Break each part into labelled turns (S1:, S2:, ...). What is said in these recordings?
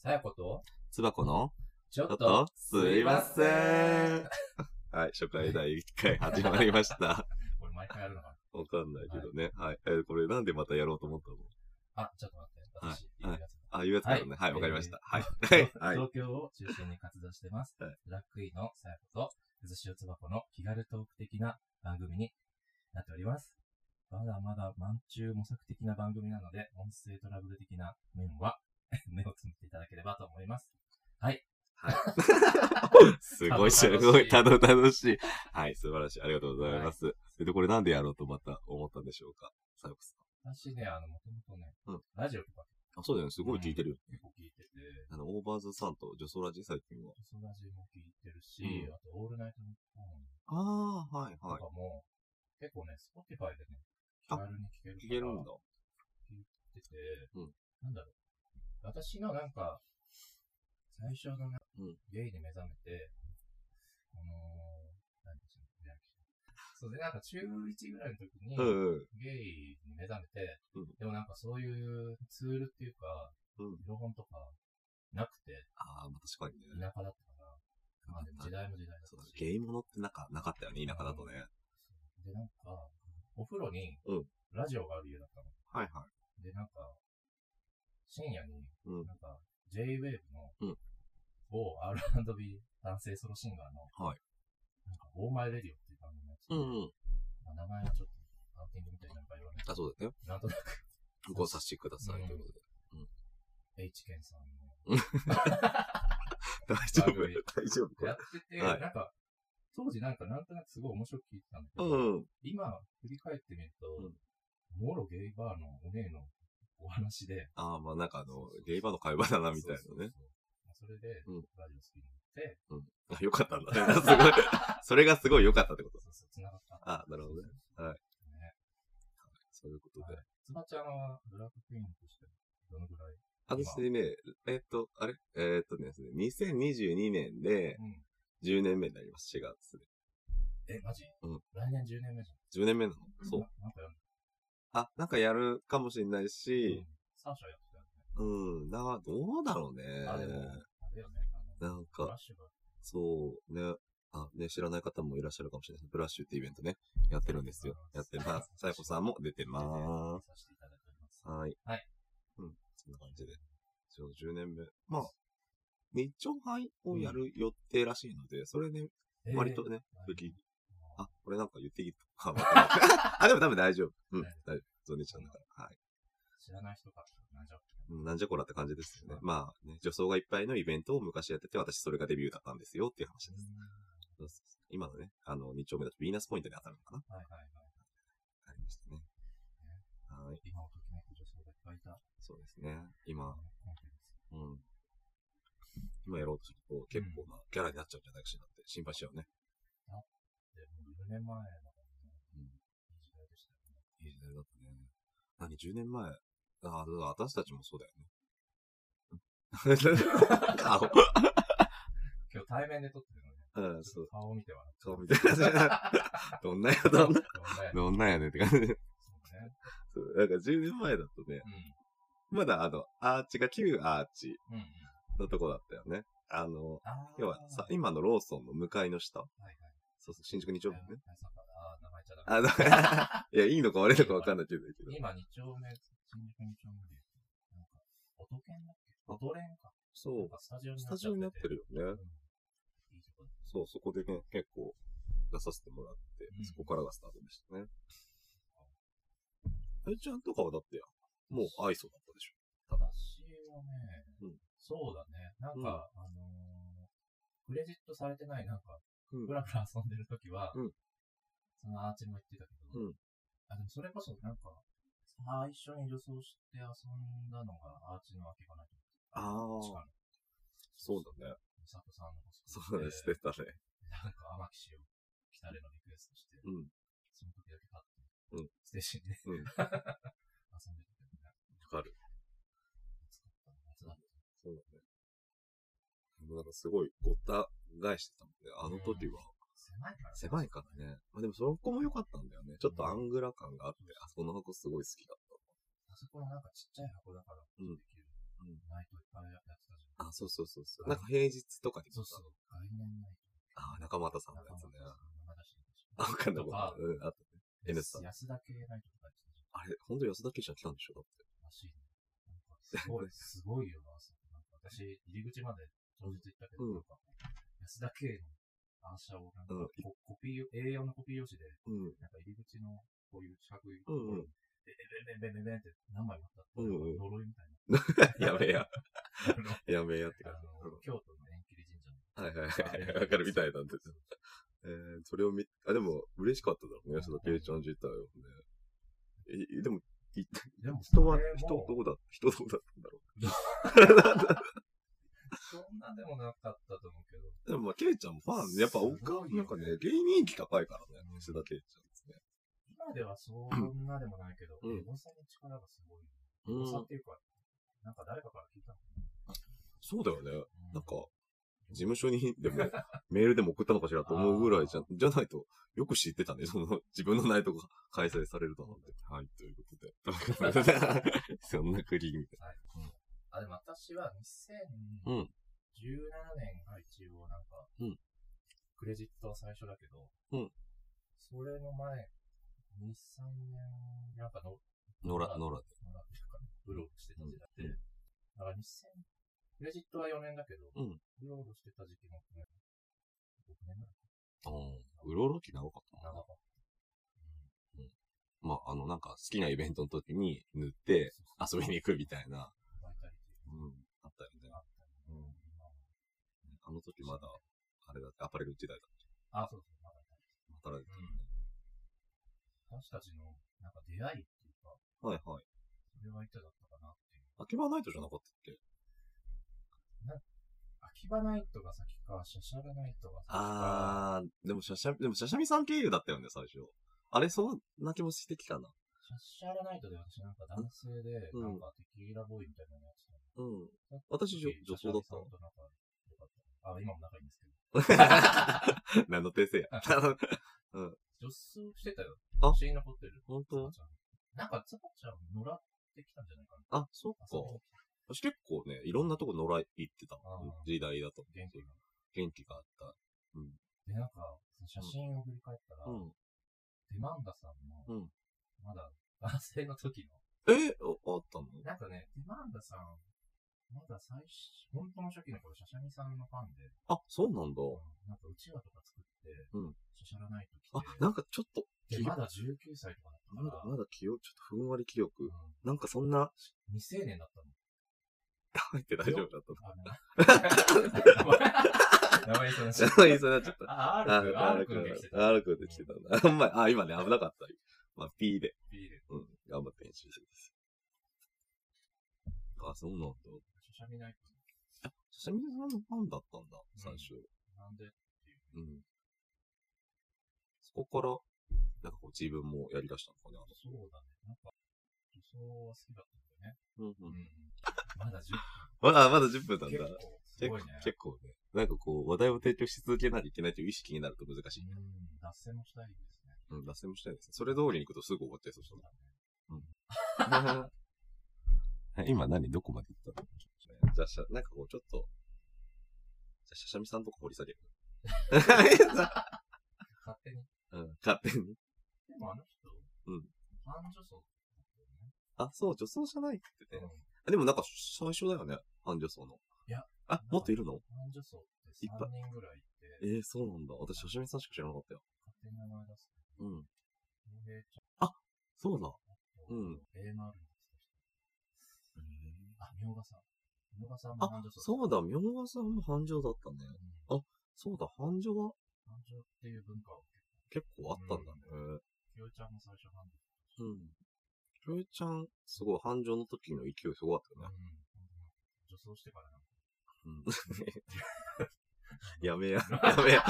S1: さやこと、
S2: つばこの、
S1: ちょ
S2: ちょ
S1: っ
S2: っ
S1: と、、
S2: とすいません。
S1: すいま
S2: はい、初回第1回始まりま した。
S1: これ毎回やるのかな
S2: わかんないけどね。はい。えーこれなんでまたやろうと思ったの
S1: あ、ちょっと待って。私、
S2: はい
S1: いいやつ
S2: あ、いうやつだよね。
S1: は
S2: はいい、わ、かりました。 はい。はい。はい。
S1: 東京を中心に活動してます。
S2: はい
S1: ブラックイのさやこと、くずしおつばこの気軽トーク的な番組になっております。まだまだ満中模索的な番組なので、音声トラブル的な面は 目をつむっていただければと思います。
S2: すごい、すごい、たど楽しい。はい、素晴らしい。ありがとうございます。で、これなんでやろうとまた思ったんでしょうかさよこさ
S1: 私ね、あの、もともとね、
S2: うん
S1: ラジオとか
S2: ん。あ、そうだよね。すごい聞いてるよね
S1: 結。構聞いてて、
S2: あの、オーバーズさんと女装ラジ最近は。
S1: ソラジも聞いてるし、
S2: うん
S1: あと、オールナイトニッポン
S2: ああ、はい、は
S1: とかも、結構ね、Spotify でね、気
S2: あ
S1: 軽に聞ける
S2: い。聞けるんだ。
S1: ってて、
S2: うん
S1: なんだろう。私のなんか、最初のな、
S2: うん
S1: ゲイに目覚めて、あのー、何でしょう、そうで、なんか中1ぐらいの時に、
S2: うんうん。
S1: ゲイに目覚めて、
S2: うん
S1: でもなんかそういうツールっていうか、
S2: うん
S1: 情本とか、なくて、
S2: ああ、確かにね。
S1: 田舎だったから、まあでも時代も時代だった
S2: そうだ
S1: し、
S2: ゲイモノってなんかなかったよね、田舎だとね。
S1: で、なんか、お風呂に
S2: うん、
S1: ラジオがある家だったの。
S2: はいは
S1: で、なんか、深夜に、
S2: い。うん。
S1: なんか、J-Wave
S2: う
S1: の
S2: ん、
S1: 某 R&B 男性ソロシンガーの、
S2: はい
S1: なんか、オーマイレディオっていう番組のやつ、
S2: うんうん。
S1: まあ名前はちょっと、アウティングみたいになるから言わない
S2: あ、そうだよね。
S1: なんとなく、
S2: ご察しください、
S1: うん
S2: ということで。
S1: H ケンさんの、
S2: 大丈
S1: 番
S2: 夫
S1: 組
S2: 大丈夫こ
S1: や
S2: れ
S1: っ。てて、
S2: はい
S1: なんか、当時なんか、なんとなくすごい面白く聞いてたんだけ
S2: う
S1: ど、
S2: ん。
S1: 今、振り返ってみると、
S2: うん
S1: モロゲイバーのお姉のお話で、
S2: ああ、まあなんかあ
S1: そう
S2: の
S1: そうそう、
S2: ゲイバーの会話だな、みたいなね。
S1: そうそうそう。それで、
S2: うん
S1: ラジオ好きになって、
S2: あ、よかったんだね。 すごい。それがすごい良かったってこと。
S1: そうそう、繋がった。。
S2: あなるほどねはい
S1: ね。
S2: そういうことで。
S1: つばちゃんは、ブラッククイーンとして、どのぐらい
S2: 私ね、えっと、あれえっとね、2022年で
S1: うん。
S2: 10年目になります、4月で。
S1: え、マジ
S2: うん
S1: 来年10年目じ
S2: 10年目なの
S1: ゃん。
S2: そう
S1: な。。なんかやる
S2: あ、なんかやるかもしれないし、
S1: サーシャやってたよね。
S2: うん、な、どうだろうね。
S1: あ、でも、あれよね。あの
S2: なん
S1: フ
S2: か
S1: ラッ、シュが。
S2: そうね。あ、ね、知らない方もいらっしゃるかもしれない。ブラッシュってイベントね、やってるんですよ。やってます。さやこさんも出てまーす。
S1: させていただいております。
S2: はい。
S1: はい。
S2: うん、そんな感じで。そう、10年目。まあ、日朝杯をやる予定らしいので、それね、
S1: えー
S2: 割とね、時、
S1: あ、
S2: あ、これなんか言っていいか分かん ないあ、でも多分大丈夫。うん、
S1: 大丈
S2: 大丈夫。そう、日ちゃんだから。はい。
S1: 知らない人か。なんじゃ。
S2: うんなんじゃこらって感じですよね。まあ、ね、女装がいっぱいのイベントを昔やってて、私それがデビューだったんですよっていう話です。そうそうそう今のね、あの、2丁目だとヴィーナスポイントに当たるのかな
S1: はいはいはい。
S2: ありましたね。はい。
S1: 今をときめく女性がいっぱいいた。
S2: そうですね。今、
S1: コンテンツ
S2: うん。今やろうとすると、結構なギャラになっちゃうんじゃないかしらって心配しちゃうね。
S1: でもう10年前だからね、
S2: うん。
S1: いい時代でしたよね。
S2: いい時代だったね。何、10年前ああ、だから私たちもそうだよね。顔。
S1: 今日対面で撮ってるのね。
S2: うん、そう。
S1: 顔を見て笑っ
S2: 顔みたいな。どんなや、どんな、
S1: た。
S2: どんなんやねんって感じ。
S1: そうね。
S2: そう、なんか10年前だとね、まだあの、アーチが旧アーチ
S1: うん。うんうん。
S2: のとこだったよね。あの、
S1: ああ。
S2: 要はさ、今のローソンの向かいの下。
S1: はいはい。
S2: そうそう、新宿2丁目ね。
S1: ああー、名前言っちゃダメ。
S2: あの、いや、いいのか悪いのか分かんないけど、だけど
S1: 今、二丁目、新宿二丁目で、なんか、音犬だっけ音連か。
S2: そ
S1: なん
S2: う、
S1: かスタジオに
S2: ス
S1: な
S2: タ
S1: っち
S2: ジ
S1: ゃ
S2: オ
S1: てて
S2: になって。るよね。
S1: うんいいとこだ
S2: そう、そこでね、結構出させてもらって
S1: うん、
S2: そこからがスタートでしたね。あゆちゃんとかはだって、もう愛想だったでし
S1: 私はね、
S2: うん
S1: そうだね。なんか、あのークレジットされてない、なんか、
S2: ょ。
S1: ふらふら遊んでるときは、
S2: うん
S1: そのアーチも言ってたけど、
S2: うん
S1: あでもそれこそなんか、最初に女装して遊んだのがアーチの秋かなと
S2: あ
S1: 思
S2: あ、
S1: って。
S2: そうだね。
S1: 美里さんのコス
S2: そ
S1: プ
S2: う
S1: レ
S2: だ
S1: で
S2: ね、してたね。
S1: なんか天木氏を来たれのリクエストして、
S2: うん。
S1: その時だけパッ
S2: う
S1: と
S2: ん、
S1: ステージにね、
S2: うん
S1: 遊んでたけどね。
S2: わかる。
S1: 作ったの夏だった
S2: そうだね。でもなんかすごいごった返してたもんね。あの時は。
S1: 狭いからね
S2: 狭いからね。まあでもそこも良かったんだよね。ちょっとアングラ感があって、あそこの箱すごい好きだっ
S1: あそこのなんかちっちゃい箱だから
S2: うん
S1: できる。
S2: うん
S1: ナイトいっぱいやってたじゃん。
S2: た。ああ、そうそうそうそう。なんか平日とかで
S1: そうそう。概念ない。
S2: ああ、中俣さんのやつね。あ、わ
S1: 中
S2: かん
S1: 村
S2: な
S1: と
S2: い。
S1: か
S2: わかんないうん、あったね。N さん
S1: 安田系ライトとかやってたじ
S2: あれ、本当に安田圭ちゃん来たんでしょだって。
S1: ゃんらしいね。なんかすごい、すごいよな、それなんか私、入り口まで当日行ったけど、
S2: うん
S1: なんか、安田系の反射を、なんか
S2: うん
S1: コ、コピー用、A4 のコピー用紙で、
S2: うん。
S1: なんか入り口の、こういう四角い、
S2: うんうん
S1: で、ベンベンベンベンベンって何枚もあったって、
S2: うんうん
S1: 呪いみたいな。
S2: やめや、
S1: あの
S2: やめやって
S1: あ
S2: 感
S1: の、京都の縁切り神社の。
S2: じ。はいはい はい。わかるみたいなんです。えー、それを見、あ、でも、嬉しかっただろうね。安田圭ちゃん自体はね。え、でも、い
S1: でも、
S2: 人は、
S1: それも
S2: 人どうだ、人どうだったんだろ
S1: そんなでもなかったと思うけど。
S2: う。でも、まあ、圭ちゃんもファン、やっぱ、お
S1: すご
S2: か
S1: いよね
S2: なんかね、芸人気高いからね。安田圭ちゃんですね。
S1: 今ではそんなでもないけど、
S2: うん
S1: エゴサの力がすごい。エゴサ
S2: うん
S1: っ。ていうか、なんか誰かから聞いたの
S2: そうだよね。なんか、事務
S1: 所
S2: 所に でも、メールでも送ったのかしらと思うぐらいじゃ
S1: あ、
S2: じゃないと、よく知ってたね。その、自分のナイトが開催されるだなんて。はい、ということで。 そんなクリーンみたい
S1: はい。うんあ、でも私は2017
S2: な。ん。
S1: 年が一応なんか、
S2: うん
S1: クレジットは最初だけど、
S2: うん
S1: それの前、2、3年、なんかの、
S2: 野良、野良
S1: まあうろうろしてた時だって、
S2: うん
S1: だから2000、クレジットは4年だけど、
S2: うん
S1: ろうろしてた時期も含めて、6年ぐらい
S2: で。うん。うろうろ期長かった
S1: 長
S2: な
S1: か。った。
S2: まあ、あの、なんか、好きなイベントの時に塗って遊びに行くみたいな。
S1: バイタリティ
S2: うん。あったよね
S1: が。あったり、
S2: うん
S1: ま
S2: あの時まだ、あれだって、アパレル時代だって。
S1: あ、あ、そうそう、まあバイタリ
S2: 働いてたよね。
S1: ティ私たちの、なんか出会いっていうか、
S2: はいはい。
S1: それはいつだったかなっていう。
S2: 秋葉ナイトじゃなかったっけ
S1: 秋葉ナイトが先か、シャシャラナイトが先か、
S2: あー、でも、しゃしゃ、でも、しゃしゃみさん経由だったよね、最初。あれ、そんな気もしてきたな。
S1: シャシャラナイトで私なんか男性で、
S2: うん
S1: なんかテキーラボーイみたいなのやつだ
S2: うん。私女女装だったの
S1: シャシャラさんと仲良かった。あ、今も仲いいんですけど。
S2: 何の訂正や。
S1: 女装してたよ。
S2: あ
S1: 写真残ってる。
S2: 本
S1: つばち
S2: 当
S1: ゃん。なんか、つばちゃん乗らってきたんじゃないかな。
S2: あ、そっか。
S1: 遊びに来た
S2: 私結構ね、いろんなとこ野良行ってた
S1: あー
S2: 時代だと。
S1: 元気が。
S2: 元気があった。うん。
S1: で、なんか、写真を振り返ったら、
S2: うん。
S1: デマンダさんの、
S2: うん
S1: まだ、男性の時の、
S2: えああったの
S1: なんかね、デマンダさん、まだ最初、本当の初期の頃、シャシャミさんのファンで、
S2: あ、そうなんだ。
S1: うんなんか、うちわとか作って、
S2: うん
S1: シャシャラナイト
S2: あ
S1: 着て、、
S2: なんかちょっと、
S1: で、まだ19歳とかだ
S2: ま
S1: った
S2: だ
S1: か、ら、
S2: まだ記憶、ちょっとふんわり記憶。
S1: う
S2: なんかそんな、
S1: ん未成年だったの。
S2: 入って大丈夫だったの
S1: あの名前言いそうになっちゃった
S2: じゃ あ、言いそうになっちゃった。
S1: あ、ア
S2: あ
S1: ルク、アル
S2: く
S1: ク
S2: ん
S1: が来て
S2: で来て
S1: た。
S2: た。あるくんで来てたんだ。あんまり、あ、今ね、危なかった。まあ、P で。
S1: ビール。
S2: うん。頑張って練習です。あ、そうなんだ。
S1: しゃしゃみないと。
S2: シャミさんのファンだったんだ、最初。
S1: なんで、
S2: うん。そこから、なんかこう自分もやり出したのかね、
S1: そうだね。なんか、女装は好きだったんだよね。
S2: あのうんうん。
S1: まだ10
S2: まだ、まだ10分なん
S1: 分。
S2: だ。
S1: 結構、す
S2: 結
S1: ご
S2: 構
S1: いね。
S2: 結構ね。なんかこう、話題を提供し続けなきゃいけないという意識になると難しい。
S1: うん、脱線もしたいですね。
S2: うん、脱線もしたいですね。それ通りに行くとすぐ終わっちゃいそう
S1: そうだね。
S2: はい今何どこまで行ったのじゃあしゃ、なんかこうちょっと、じゃあ、しゃしゃみさんとこ掘り下げ る。
S1: 勝手に。
S2: うん、勝手に。
S1: でもあの人、
S2: うん
S1: ファン女装だったよね。
S2: あ、そう、女装じゃないってね。
S1: うん
S2: あでもなんか最初だよね、アン女装の。
S1: いや。
S2: あ、もっといる
S1: フ
S2: の
S1: ァン女装って
S2: いっぱ
S1: 3
S2: い
S1: 人ぐらいい
S2: え
S1: て、
S2: ー、そうなんだ。私、しゃしゃみさんしか知らなかったよ。
S1: 勝手に名前出す。
S2: うん。
S1: 洋平ち
S2: そうだ。
S1: ゃんと、
S2: うん。
S1: AMR にあ、みょうがさん。みょうがさんも
S2: あ
S1: ファン女装。
S2: そうだ、明和さんも繁盛だったね。
S1: うん。
S2: そうだ、繁盛は
S1: 感情っていう文化を、
S2: 結構あったんだね。
S1: きよちゃんも最初なんで。
S2: うん。ひょえちゃん、すごい、繁盛の時の勢いすごかったよね。
S1: ん。女装してからなんか。
S2: うん。 やめや、やめや。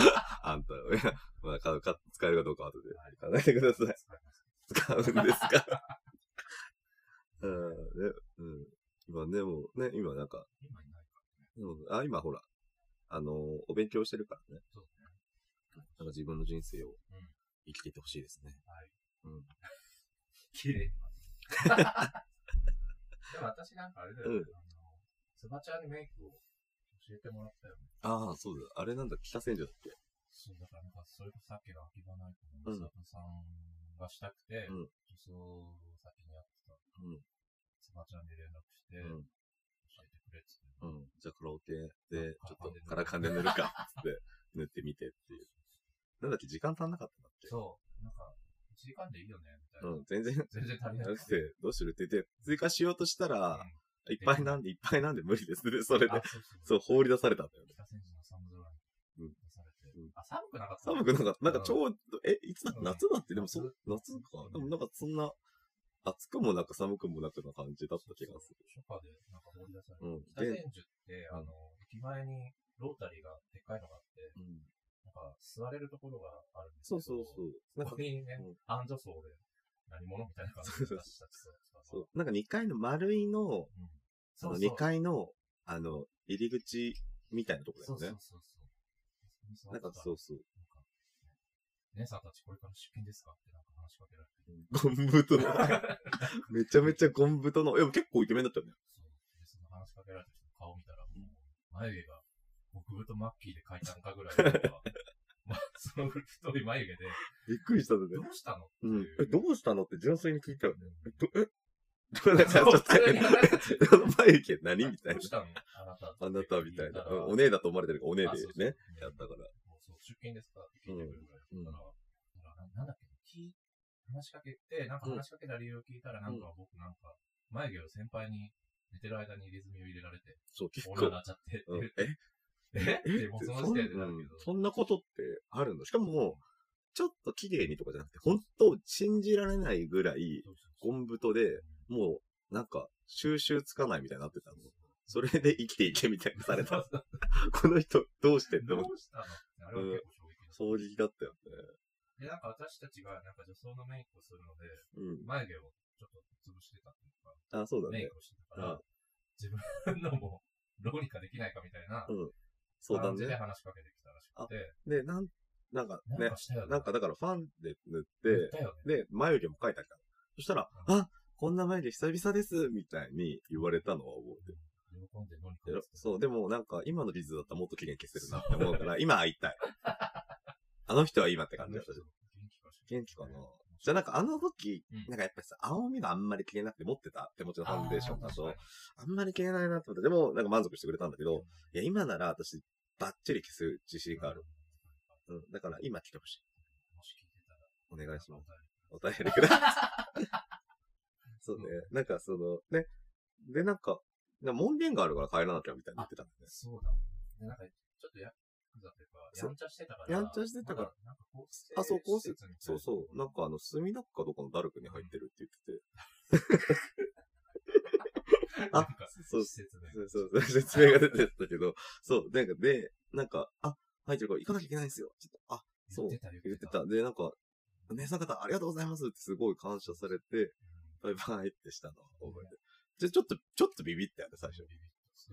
S2: あんた、 いやまあ、かか使えるかどうかは後で考えてください。
S1: 使います
S2: 使うんですか うん、ね、うん。今ね、もうね、今なんか、
S1: 今いないからね。
S2: うんあ、今ほら、あのーお勉強してるからね。
S1: そう ね。
S2: なんか自分の人生を
S1: うん
S2: 生きていってほしいですね。
S1: はい。
S2: うん。
S1: 綺麗になっ た。でも私なんかあれだよ、
S2: うん
S1: あの、つばちゃんにメイクを教えてもらったよね。
S2: ああ、そうだ。あれなんだ、北千住だっけ
S1: そう、だからなんか、それこそさっきの秋葉内閣のミサさんがしたくて、
S2: うん
S1: 女装を先にやってた、
S2: うん。
S1: つばちゃんに連絡して、
S2: うん
S1: 教えてくれっつって。
S2: うん。じゃあカラオケで、ちょっとカ
S1: カ
S2: ラ
S1: ラ
S2: カ
S1: カ
S2: ン
S1: ン
S2: で
S1: で塗
S2: 塗る
S1: る
S2: か、つって、塗ってみてっていう。なんだっけ、時間足んなかったんだっけ
S1: そう、なんか、1時間でいいよね、みたいな。
S2: うん、全然、
S1: 全然足りな
S2: な
S1: く
S2: くて、どうするって言って、追加しようとしたら、
S1: う
S2: いっぱいなんで、いっぱいなんで無理ですで、それ
S1: んあ
S2: で、
S1: そう
S2: そう、放り出されたんだよね。
S1: 北千住の寒空
S2: うん
S1: に出されて、
S2: うん
S1: あ、寒くなかった
S2: 寒くなんかった、なんかちょうど、え、いつだ
S1: うん
S2: 夏だって、でもそ、夏
S1: 夏
S2: か。でもなんかそんな、暑くもなく寒くもなくな感じだった気がする。
S1: 初夏でなんか掘り出されて、
S2: うん
S1: 北
S2: で
S1: 千住って、あの、駅前にロータリーがでっかいのがあって、
S2: うん、
S1: なんか座れるところがあるんですけ
S2: そ
S1: ど、
S2: うそうそう。なん
S1: こ
S2: か
S1: こ、にね、
S2: うん
S1: 安女層で何者みたいな感じで出したちそう
S2: そ
S1: そう
S2: う。なんか2階の丸いの、
S1: うん
S2: あ
S1: そう
S2: の
S1: そう
S2: 2階の、あの、入り口みたいなとこだ
S1: そうそう
S2: よね。
S1: そうそう。
S2: なんかそうそう。
S1: なんかね姉さんたちこれから出勤ですかってなんか話しかけられて。
S2: ゴンブトの、 めちゃめちゃゴンブトの、え、結構イケメンだったよね。
S1: そう。で、その話しかけられた人の顔見たら、もう、眉毛が、極太マッキーで描いたんかぐらいなん か、ま、その太い眉毛で、
S2: びっくりしたのね。
S1: どうしたのって
S2: うん
S1: い。
S2: え、
S1: う。
S2: どうしたのって純粋に聞いたよね。え、ど、え
S1: そ
S2: な
S1: うん
S2: かち ょっと、
S1: 普通になんか
S2: あの眉毛何みたい
S1: ど
S2: な
S1: うし。たのあなた。
S2: あなたみたいな。
S1: って言
S2: うんお
S1: う
S2: 姉だと思われてるから、お姉で
S1: から
S2: ね、。や
S1: あ
S2: っ
S1: そうそ
S2: た
S1: う
S2: から。
S1: もうそう、出勤ですかって聞いてくるぐらいだから、だからななんだっけ、聞い話しかけて、なんか話しかけた理由を聞いたら、なんか僕なんか、眉毛を先輩に寝てる間に入れ墨を入れられて、
S2: そう、 結
S1: 俺
S2: 構
S1: ら。なっちゃってって
S2: う
S1: 言
S2: ん
S1: っ
S2: え
S1: て、、えって、もうその時点でなるけど。
S2: そんなことってあるんだ。しかも、ちょっと綺麗にとかじゃなくて、本当信じられないぐらい、ゴン太で、もう、なんか、収集つかないみたいになって たの。それで生きていけみたいにされた。
S1: ど
S2: この人、どうしてって思って。
S1: うしたのってあれは結構衝撃でした。
S2: 掃除だったよね。
S1: で、なんか私たちがなんか女装のメイクをするので、
S2: う
S1: 眉毛をちょっと潰してたっていうか、
S2: ん。あ、そうだ
S1: メイ
S2: ね。
S1: クをしてたか
S2: うん
S1: ら、自分のもどうにかできないかみたいな
S2: うん。そうだ
S1: 感じで
S2: ね。
S1: 話しかけてきたらしくて、
S2: で、なん、なんか
S1: な
S2: ね
S1: んか、したよね。
S2: なんかだからファンで塗っ、
S1: 言ってたよね。
S2: で、眉毛も描いてあったの。そしたら、
S1: うん
S2: あこんな眉毛久々ですみたいに言われたのは覚えてる
S1: 喜んでどうにか
S2: けど
S1: つって
S2: そう、でもなんか今の技術だったらもっと期限消せるなって思うから、今会いたい。 あの人は今って感じだったじゃん。
S1: 元気かしら
S2: 元気かなじゃあなんかあの時、
S1: うん
S2: なんかやっぱりさ、青みがあんまり消えなくて持ってた手持ちのファンデーションだと
S1: あー、
S2: あんまり消えないなって思って、でもなんか満足してくれたんだけど、
S1: 確か
S2: いや今なら私バッチリ消す自信
S1: に
S2: がある。うん、だから今来てほしい。
S1: もし聞いてたら、
S2: お願いします。
S1: す。
S2: お便りください。 そうね。なんかその、ね。で、なんか、な門限があるから帰らなきゃみたいに言ってたんだね。
S1: そうだ。で、なんか、ちょっとヤクザというか、
S2: そう
S1: やんちゃしてたから。
S2: やんちゃしてたから。
S1: なんかこう、
S2: あ、そう、こうす
S1: 施設みたいな
S2: そうそう。なんかあの、墨田区かどこのダルクに入ってるって言ってて。あ
S1: なんか、
S2: そう
S1: 施設で。
S2: そうそうそう、 説明が出てたけど、そう、なんかで、なんか、あ、入ってるから行かなきゃいけないんですよ。ちょっと、あ、そう
S1: 言ってた、
S2: 言って。た。で、なんか、お姉さん方ありがとうございますってすごい感謝されて、バイバイってしたのを覚えて。で、ちょっと、ちょっとビビったよね、最
S1: で
S2: 初。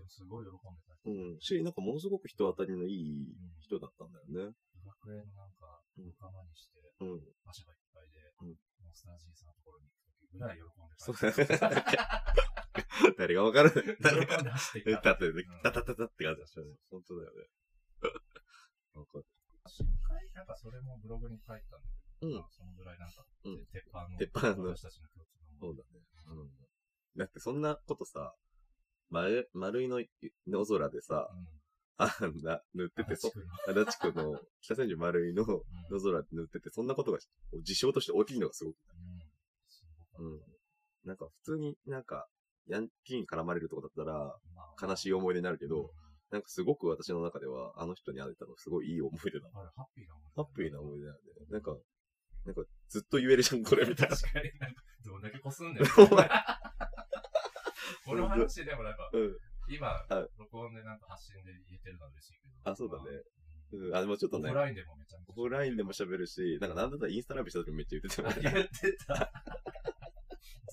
S1: もすごい喜んでた。
S2: うん。し、なんかものすごく人当たりのいい人だったんだよね。
S1: ドラクエのなんか、仲間にして、
S2: うん。
S1: 馬車がいっぱいで、
S2: うん
S1: モンスター爺さんのところに行くときぐらい喜んでた。
S2: そうだね。 誰がわかる
S1: 喜
S2: 誰
S1: ん
S2: が。
S1: で走ってい
S2: だ
S1: っ。
S2: った たって、たたたたって感じだしたね。本当だよね。 わかる。
S1: なんかそれもブログに書いたんだけ
S2: うん
S1: ど、まあそのぐらいなんか、
S2: うん
S1: て鉄板の、
S2: 鉄板の
S1: 私たちの共通
S2: そうだね。うん。だってそんなことさ、丸、丸いの夜空でさ、
S1: の。うん
S2: あんな塗ってて、そ、足立区の北千住丸いの夜空で塗ってて、そんなことが事象として大きいのがすごく
S1: う。
S2: うんん。なんか普通になんか、ヤンキーに絡まれるとこだったら、悲しい
S1: よ。
S2: 思い出になるけ
S1: うん
S2: ど、なんかすごく私の中では、あの人に会えたのすごいいい思い出だ。
S1: あれ、ハッピーな思い。
S2: ハッピーな思
S1: い。
S2: い出だよね。なんか、なんかずっと言えるじゃん、これみたいな。
S1: 確かに、なんか、どんだけこすんねん。
S2: お前
S1: 俺の話でもなんか、
S2: うん。
S1: 今
S2: はい、
S1: 録音でなんか発信で言えてるのは嬉しいけど。
S2: あそうだね
S1: ま
S2: うん、あ、でもちょっと
S1: あ。オ
S2: ね
S1: フ、ラインでもめちゃめちゃ。
S2: オ フラインでも喋るし、なんかなんだったらインスタライブした時もめっちゃ言ってたよ
S1: あ言
S2: ね。
S1: ってた。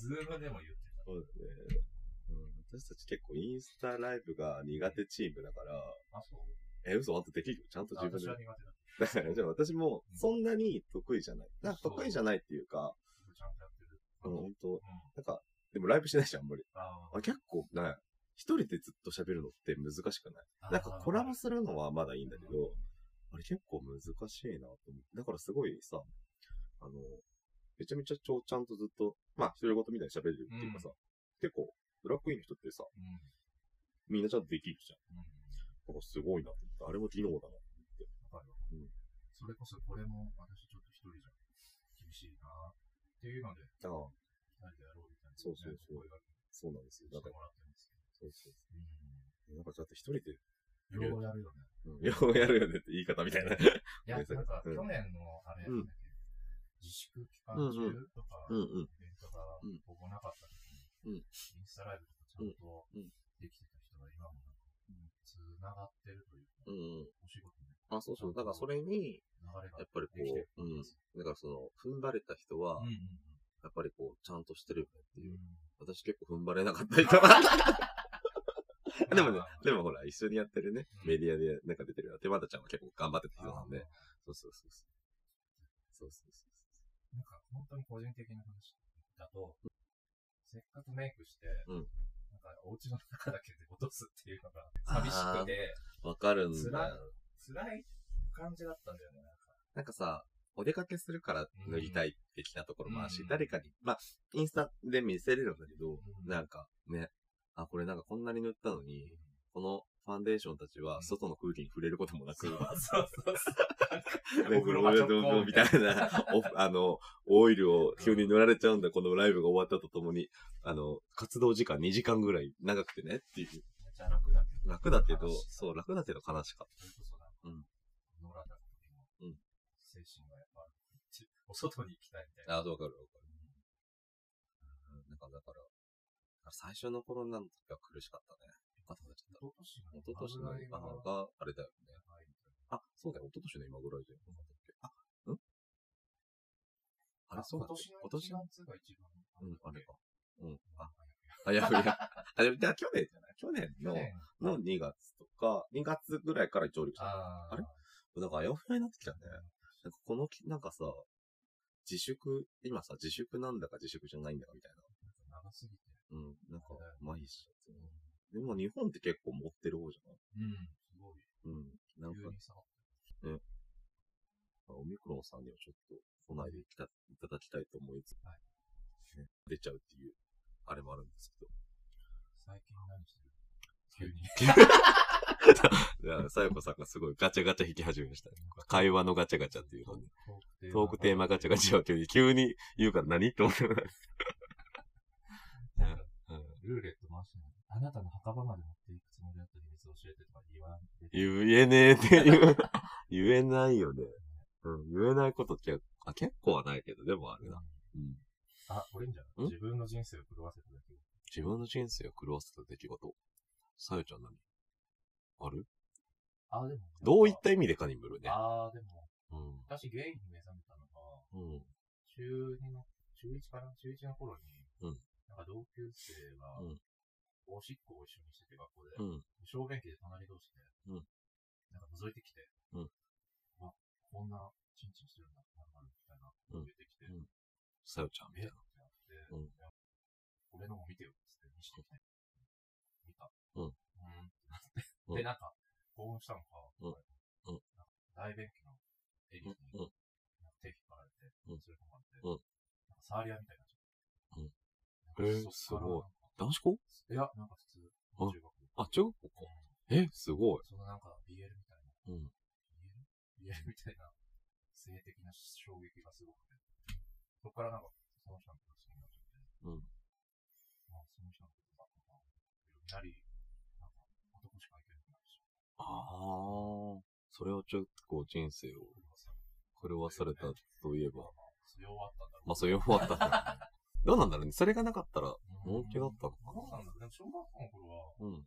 S1: ズームでも言ってた。
S2: そうだね。うん、私たち結構インスタライブが苦手チームだから、
S1: あ、そう。
S2: え、嘘あんたできるよちゃんと
S1: あ
S2: 自分
S1: 私
S2: で
S1: は苦。手だ。
S2: だから、じゃあ私もそんなに得意じゃない。なんか得意じゃないっていうか、
S1: ちゃんとやってる。
S2: うん、
S1: うん。
S2: 本当なんか、でもライブしないし、あんまり。
S1: あー
S2: あ、結構ね、一人でずっと喋るのって難しくないなんかコラボするのはまだいいんだけど、あれ結構難しいなと思って。だからすごいさ、あの、めちゃめちゃちょちゃんとずっと、まあ、独り言みたいに喋れるっていうかさ、結構、ブラックインの人ってさ、
S1: うん、
S2: みんなちゃんとできるじゃん。
S1: うん、わ
S2: だからすごいなと思って、あれも技能だな。
S1: かるわ
S2: うん
S1: それこそこれも私ちょっと一人じゃ厳しいなっていうので、
S2: ああ
S1: 二人でやろうみたいな、
S2: そうそうそう
S1: 声が
S2: そうなんですよ。なん
S1: して
S2: か、
S1: もらってるんですけど。
S2: そうそうそうなんかだって一人で、
S1: うん。両方やるよね。
S2: うん、 ようやるよねって言い方みたいな。
S1: いや、な
S2: う
S1: ん
S2: ん
S1: か去年のあれやったんだけど、自粛期間中とか、
S2: うん
S1: イ
S2: うん。
S1: ベントが
S2: うん
S1: ほぼなかった時
S2: うん
S1: に、インスタライブとかちゃんと
S2: うんうん
S1: できてた人が今もなんか、繋がってるというか、
S2: うん。
S1: お仕事の
S2: あ、そうそう。だからそれに、
S1: 流れが
S2: やっぱりこ
S1: できてる
S2: う、うん。だからその、踏ん張れた人は
S1: うん、うん
S2: やっぱりこう、ちゃんとしてるよねっていうう。
S1: ん
S2: 私結構踏ん張れなかった人。でもね
S1: まあまあ、
S2: でもほら、一緒にやってるね、
S1: うん
S2: メディアでなんか出てる手間田ちゃんは結構頑張ってた人なんで。そうそうそうそう。そうそうそう
S1: なんか本当に個人的な話だと、せっかくメイクして、
S2: うん
S1: なんかお家の中だけで落とすっていうのが寂しくて、
S2: そう。わかるんだ
S1: 辛い
S2: よ。
S1: 辛い感じだったんだよね、なんか。
S2: なんかさ、お出かけするから塗りたい的なところもあるし、
S1: うん
S2: 誰かに、まあ、インスタで見せれるんだけど、
S1: うん
S2: なんかね、あ、これなんかこんなに塗ったのに、このファンデーションたちは外の空気に触れることもなく、
S1: そうそうそう。
S2: お風呂場ちょっとみたいな、おあの、オイルを急に塗られちゃうんだ、このライブが終わったとともに、あの、活動時間2時間ぐらい長くてねっていう。
S1: めっちゃ楽だけど。
S2: 楽だけど
S1: 悲し、い
S2: そう、楽だけど悲しかっ
S1: それこそなんか、
S2: うん
S1: 野良だった時も、
S2: うん
S1: 精神がやっぱ、ちお外に行きたいみたい
S2: た。
S1: な。
S2: あ、わかるわかる。うん、なんかだから、最初の頃なんとか苦しかったね。バタバタしちゃった。
S1: 一昨年の
S2: 一昨年の今の
S1: や
S2: が、あれだよね。
S1: ばいみたいな
S2: あ、そうだよ、一昨年の今ぐらいじゃなかったっけ。あ、んあれ、そうだっけ
S1: 今
S2: 今
S1: 年
S2: 年
S1: の1
S2: の
S1: 月が一番。
S2: うん、あれか。うん、あ、
S1: あ、
S2: あ、やぶ や。あ、でも、じゃあ去年じゃない去年
S1: 去
S2: の、
S1: 年
S2: の2月とか、2月ぐらいから上陸した。
S1: あー
S2: あれなんかあやふやになってきたね。なんかこのき、なんかさ、自粛、今さ、自粛なんだか自粛じゃないんだかみたい
S1: 長すぎて。
S2: な。うん、なんか
S1: そうだよね、
S2: まひしちゃってねでも日本って結構持ってる方じゃない
S1: うん、すごい。
S2: うん。なん
S1: 急
S2: か
S1: に、下がっ
S2: オミクロンさんにはちょっと、来ないでいたいただきたいと思いつつ、
S1: はい
S2: ね出ちゃうっていう、あれもあるんですけど。
S1: た。最近何してる急に。
S2: いや、さよこさんがすごいガチャガチャ引き始めましたね。会話のガチャガチャっていうので、トークテーマガチャガチャを急に、急に言うから何って思って
S1: なんか
S2: うん
S1: ルーレット回してない。あなたの墓場まで持っていくつもりだった秘密を教えてとか言わんでて。
S2: 言えねえって言う、言えないよね。うん、言えないことって、あ、結構はないけど、でもあるな。うん。
S1: あ、俺んじゃない
S2: ん
S1: 自分の人生を狂わせただけ。
S2: 自分の人生を狂わせた出来事。さよちゃん何ある
S1: あ、でも。
S2: どういった意味でカニブルね。
S1: ああ、でも、
S2: うん。
S1: 私ゲイに目覚めたのが、
S2: うん。
S1: 中二の、中1かな中1の頃に、
S2: うん
S1: なんか同級生が、
S2: うん
S1: おしっこを一緒にしてて学校で、
S2: うん。
S1: 小便器で隣同士で、
S2: うん
S1: なんか覗いてきて、
S2: うん
S1: あこんなチンチンしてるんだ、なんかみたいな、
S2: うん
S1: 出てきて、
S2: うんさよちゃんみたい
S1: えっ
S2: な
S1: て。なって、
S2: うん
S1: いや俺のも見てよっつって見してきて、見た。
S2: うん
S1: うーんってなって、
S2: うん
S1: で、なんか、興奮したのか、
S2: うんうん
S1: なんか大便器のエリアに
S2: うんうん
S1: なんか手引っ張られて、
S2: うん
S1: それ込まれて、
S2: うん
S1: なんか触り合いみたいになっちゃった。なんかそっからなんか
S2: うん男子校
S1: いや、なんか普通、
S2: あ
S1: 中学校
S2: あ、中学校か。え、すごい。
S1: そのなんか BL みたいな、
S2: うん。
S1: BL? BL みたいな性的な衝撃がすごくて、そこからなんか、その人のこと好きになっちゃって、
S2: うん
S1: まあ、その人のことなんか、なり、なんか、男しかいけなくなるし、
S2: ああ。それはちょっとこう人生を狂わされたといえば
S1: ま。あ、強かったんだろう。
S2: まあそういう方だったん だね。どうなんだろうね。それがなかったら、
S1: うん
S2: 本気だったの
S1: どう
S2: か
S1: なんだろう。でも小学校の頃は、
S2: な。うん。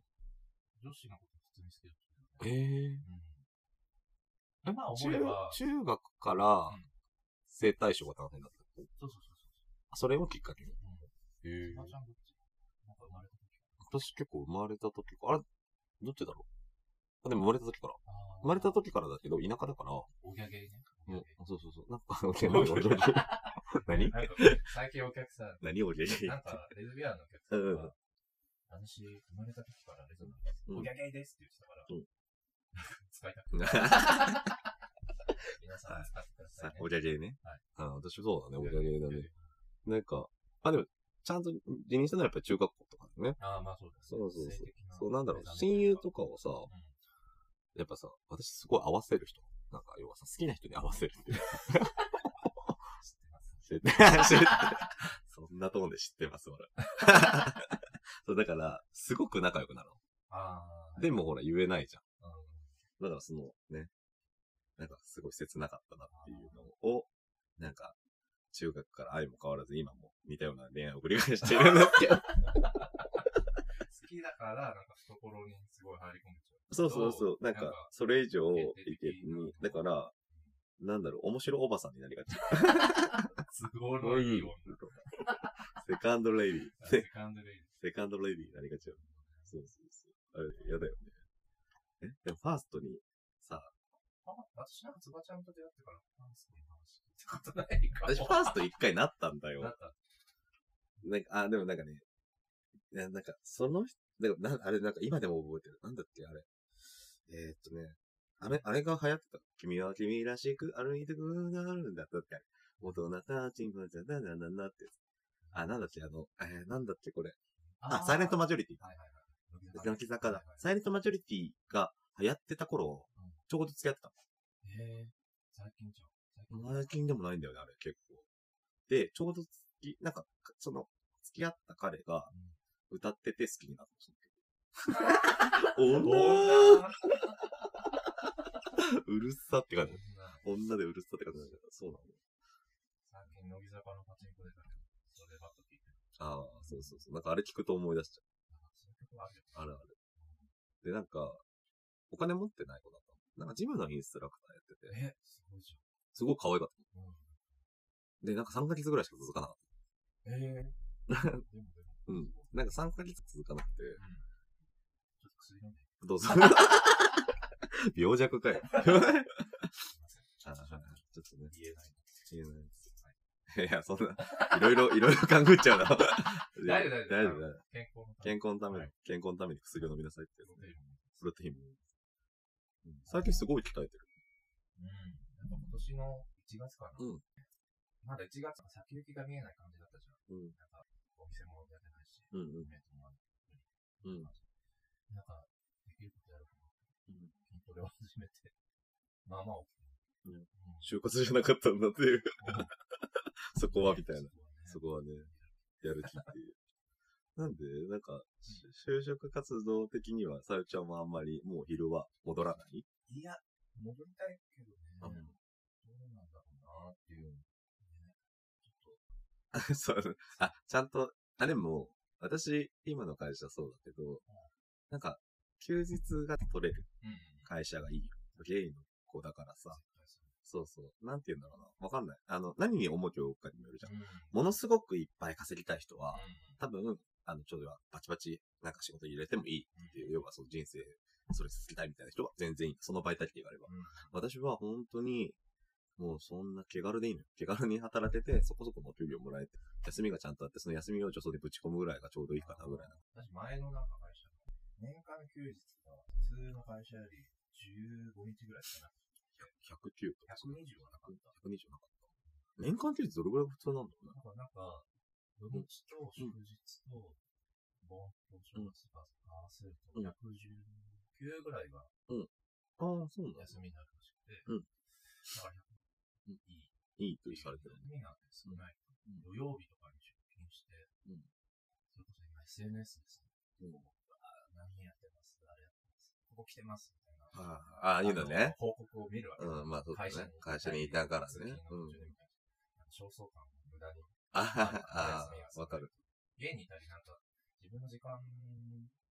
S1: 女子のこと普通に好きだった
S2: え
S1: よね。
S2: え
S1: うん。まあ、思え
S2: 中
S1: ば、
S2: 中学から
S1: うん
S2: 生体賞が大変だった。
S1: そうそうそうそ
S2: それをきっかけに。
S1: う。うん。
S2: え
S1: おばちゃんどっちなんか生まれた時
S2: 私結構生まれた時から、あれどっちだろうあでも生まれた時から。生まれた時からだけど、田舎だから、
S1: おぎゃげーね。
S2: もう
S1: お、
S2: そうそうそう。なんか、おぎゃげおぎゃげ
S1: ぎゃげ
S2: 何
S1: なんか最近お客さん、
S2: 何おぎゃげ
S1: なんかレズビアンのお客さ
S2: うんん
S1: が、私、生まれた時からあれじゃないですか。
S2: うん
S1: おギャギャイですって言ってたから、
S2: うん
S1: 使いたく皆さん使ってください
S2: さ
S1: ね。
S2: おじゃげね。
S1: はい
S2: あ私もそうだね、おじゃげだね。なんか、あ、でも、ちゃんと辞任したのはやっぱり中学校とかだね。
S1: ああ、まあそうですね。
S2: そうそうそ
S1: 性
S2: う
S1: 的。
S2: そうなんだろう
S1: 目、覚め
S2: 親友とか
S1: を
S2: をさ、
S1: うん
S2: やっぱさ、私すごい合わせる人。なんか、要はさ、好きな人に合わせる っていう。
S1: 知ってます。
S2: 知って知ってそんなトーンで知ってます、俺。 そう、だから、すごく仲良くなる
S1: ああ。
S2: の。でもほら、言えないじゃん。
S1: うん、
S2: だからそのね、なんかすごい切なかったなっていうのを、なんか、中学から愛も変わらず今も似たような恋愛を繰り返してるんですけど。
S1: 好きだから、なんか懐にすごい入り込んでちゃう。
S2: そうそうそう。なん
S1: なん
S2: か
S1: か、
S2: それ以上
S1: 限定
S2: いけ
S1: 的な
S2: に、だから、なんだろう、面白おばさんにな りがち。
S1: すごいいい女。
S2: セカンドレディー。
S1: セ
S2: セ
S1: カンドレイ
S2: セカンドレディーになりがちよ。そうそうそう。あれ、やだよね。え、でもファーストに、さ、
S1: あ、私なんかつばちゃんと出会ってから、なんかそういう話聞いたことないかも。
S2: 私ファースト一回なったんだ
S1: な
S2: よ
S1: ん。か
S2: なんか、あ、でもなんかね、いやなんか、その人、なんか、なあれ、なんか今でも覚えてる。なんだっけ、あれ。えーっとね、あれ、あれが流行ってた。君は君らしく歩いてくなるんだ。だって、大人たちのじゃななななってやつ。あ、なんだっけ、あの、えーなんだっけ、これ。あ、サイレントマジョリティ。
S1: はいはいはい。
S2: 乃木坂だ
S1: はい。はい
S2: サイレントマジョリティが流行ってた頃
S1: うん、
S2: ちょうど付き合ってた。
S1: へえ、最近じゃん。最近
S2: 最近でもないんだよね、あれ、結構。で、ちょうど付き、なんか、その、付き合った彼が歌ってて好きになったんですよ。 女
S1: 女
S2: うるさって感じ。
S1: 女
S2: 女でうるさって感じなんだけど、そうなの
S1: 最近、乃木坂のパチンコ出たけど、そればっか聞いてる。
S2: ああ、そうそうそう。なんかあれ聞くと思い出しち
S1: なんかそういう曲あるよね。
S2: ゃう。あるある。で、なんか、お金持ってない子だったの。なんかジムのインストラクターやっ
S1: え、
S2: てて、
S1: すごいじ
S2: すごく可愛かっ
S1: ゃん。うん
S2: た。で、なんか3ヶ月ぐらいしか続かなかっ
S1: ええでもでも、
S2: た。うん。なんか3ヶ月続かなくて、
S1: ちょっと薬飲んで。
S2: どう ぞ。病弱かよ。ああ、ちょっとね。
S1: 言えない。
S2: 言えないですい や、そんな、いろいろ、いろいろ勘ぐっちゃうな。大丈
S1: 大丈夫大
S2: 大丈
S1: 丈夫
S2: 夫大
S1: 健
S2: 丈夫。
S1: 康のため
S2: 健
S1: に。
S2: 康のた
S1: は、
S2: めに健康のために薬を飲みなさいっていうのね。プロテインも。うん最
S1: 最
S2: 近
S1: 近
S2: す
S1: す
S2: ごい鍛えてる。
S1: うん。なんか今年の1月かな。
S2: うん
S1: まだ1月は先行きが見えない感じだったじゃん。
S2: うん。
S1: なんか、お店もやってないし、
S2: うん
S1: イベントもある
S2: うん。うん。
S1: なんか、できることやるかな。筋トレを始めて。まあまあ大き
S2: うん
S1: く、うん
S2: 就活じゃなかったんだっていう。 そ こは、みたいな。。
S1: そ
S2: そこはね、やる気っていう。なんで、なんか、し就職活動的には、さゆちゃんはあんまり、もう昼は戻らない
S1: いや、戻りたいけどね。
S2: う
S1: どうんなんだろうなっていう。ねちょっと、
S2: そう。あ、ちゃんと、あ、でも、私、今の会社そうだけど、なんか、休日が取れる
S1: うんうん。
S2: 会社がいいよ。ゲイの子だからさ。
S1: 絶対そう
S2: そうそう。なんて言うんだろうな。わかんない。あの、何に重きを置くかにもよるじゃん。
S1: うん。
S2: ものすごくいっぱい稼ぎたい人は、
S1: う
S2: 多分、あの、ちょうどはバチバチ、なんか仕事入れてもいい
S1: ん
S2: っていう、要はその人生、それ続きたいみたいな人は全然いい。そのバイタリティがあれば。
S1: うん
S2: 私は本当に、もうそんな気軽でいいのよ。気軽に働けて、そこそこの給料もらえて、休みがちゃんとあって、その休みを助走でぶち込むぐらいがちょうどいいかなぐらいな。
S1: 私、前のなんか会社、年間休日が普通の会社より15日ぐらいしかなくて、
S2: 109とか。
S1: 120はなかった。
S2: 120なかった。年間給率どれぐらいが普通なんだろうね。
S1: だからなんか、土日と祝日と、盆と正月が合わせると
S2: うん
S1: 119ぐらいが
S2: ああ、そうなんだ。
S1: 休みになるらしくて、
S2: うん
S1: だから
S2: う
S1: 100
S2: ん
S1: いい。
S2: いいとされてる
S1: 休み
S2: ね。
S1: なんて少ない。
S2: うん
S1: 土曜日とかに出勤して、
S2: うん
S1: それこそ今 SNS ですね。
S2: うん
S1: あー何やってますあれやってますここ来てますみたいな。
S2: ああ、ああ、いうのね。
S1: 報告を見るわけ。
S2: うん、まあそうだね。会
S1: 会社
S2: 社に
S1: に
S2: い
S1: い
S2: た
S1: た
S2: からね。う
S1: うんん。。焦燥感を無駄に。
S2: あははああ、わかる。。
S1: 家にいたり、なんか、自分の時間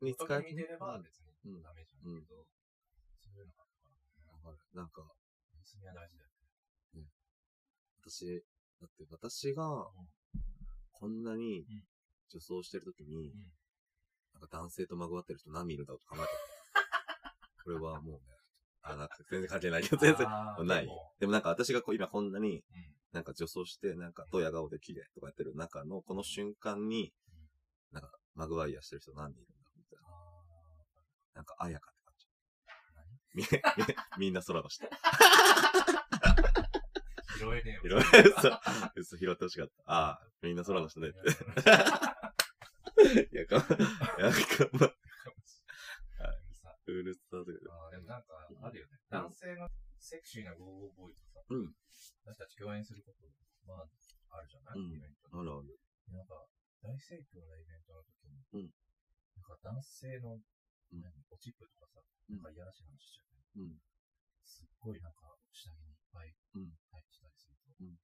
S2: に使え
S1: 見てれば別
S2: うん
S1: にダメージなんだけど、そういうのがあったからね。
S2: わかるなんか、
S1: 休みは大事だよね。
S2: 私、だって私が、こんなに
S1: うん、
S2: 女装してるときに
S1: うん、
S2: なんか男性とまぐわってる人何人いるんだろう と考えてた。これはもうね、あ、なんか全然関係ないけど、全然。
S1: あー
S2: ない
S1: でも
S2: でもなんか私がこう今こんなに
S1: うん
S2: なんか女装して、なんかドヤ顔で綺麗とかやってる中のこの瞬間に、なんかマグワイアしてる人何人いるんだなんか、あやかって感じ。
S1: 何
S2: み、 みみんな空 の下。
S1: 拾えねえ
S2: 拾え
S1: よ。
S2: 嘘、嘘拾ってほしかった。ああ、みんな空の下ねって。いや、かん、いや、かん、ま、
S1: さ
S2: うるさで。
S1: あーでもなんか、あるよね。男性のセクシーなゴーゴーボーイとさ、
S2: うん
S1: 私たち共演すること、まあ、あるじゃない、
S2: うん
S1: イベントで
S2: あるある。
S1: なんか、大盛況なイベントの時に、
S2: うん
S1: なんか男性の、
S2: うん
S1: 何おチップとかさ、
S2: うん
S1: なんかいやらしい話しちゃう。
S2: うん。
S1: すっごいなんか、下着にいっぱい
S2: うん
S1: 入ってたりすると、
S2: うん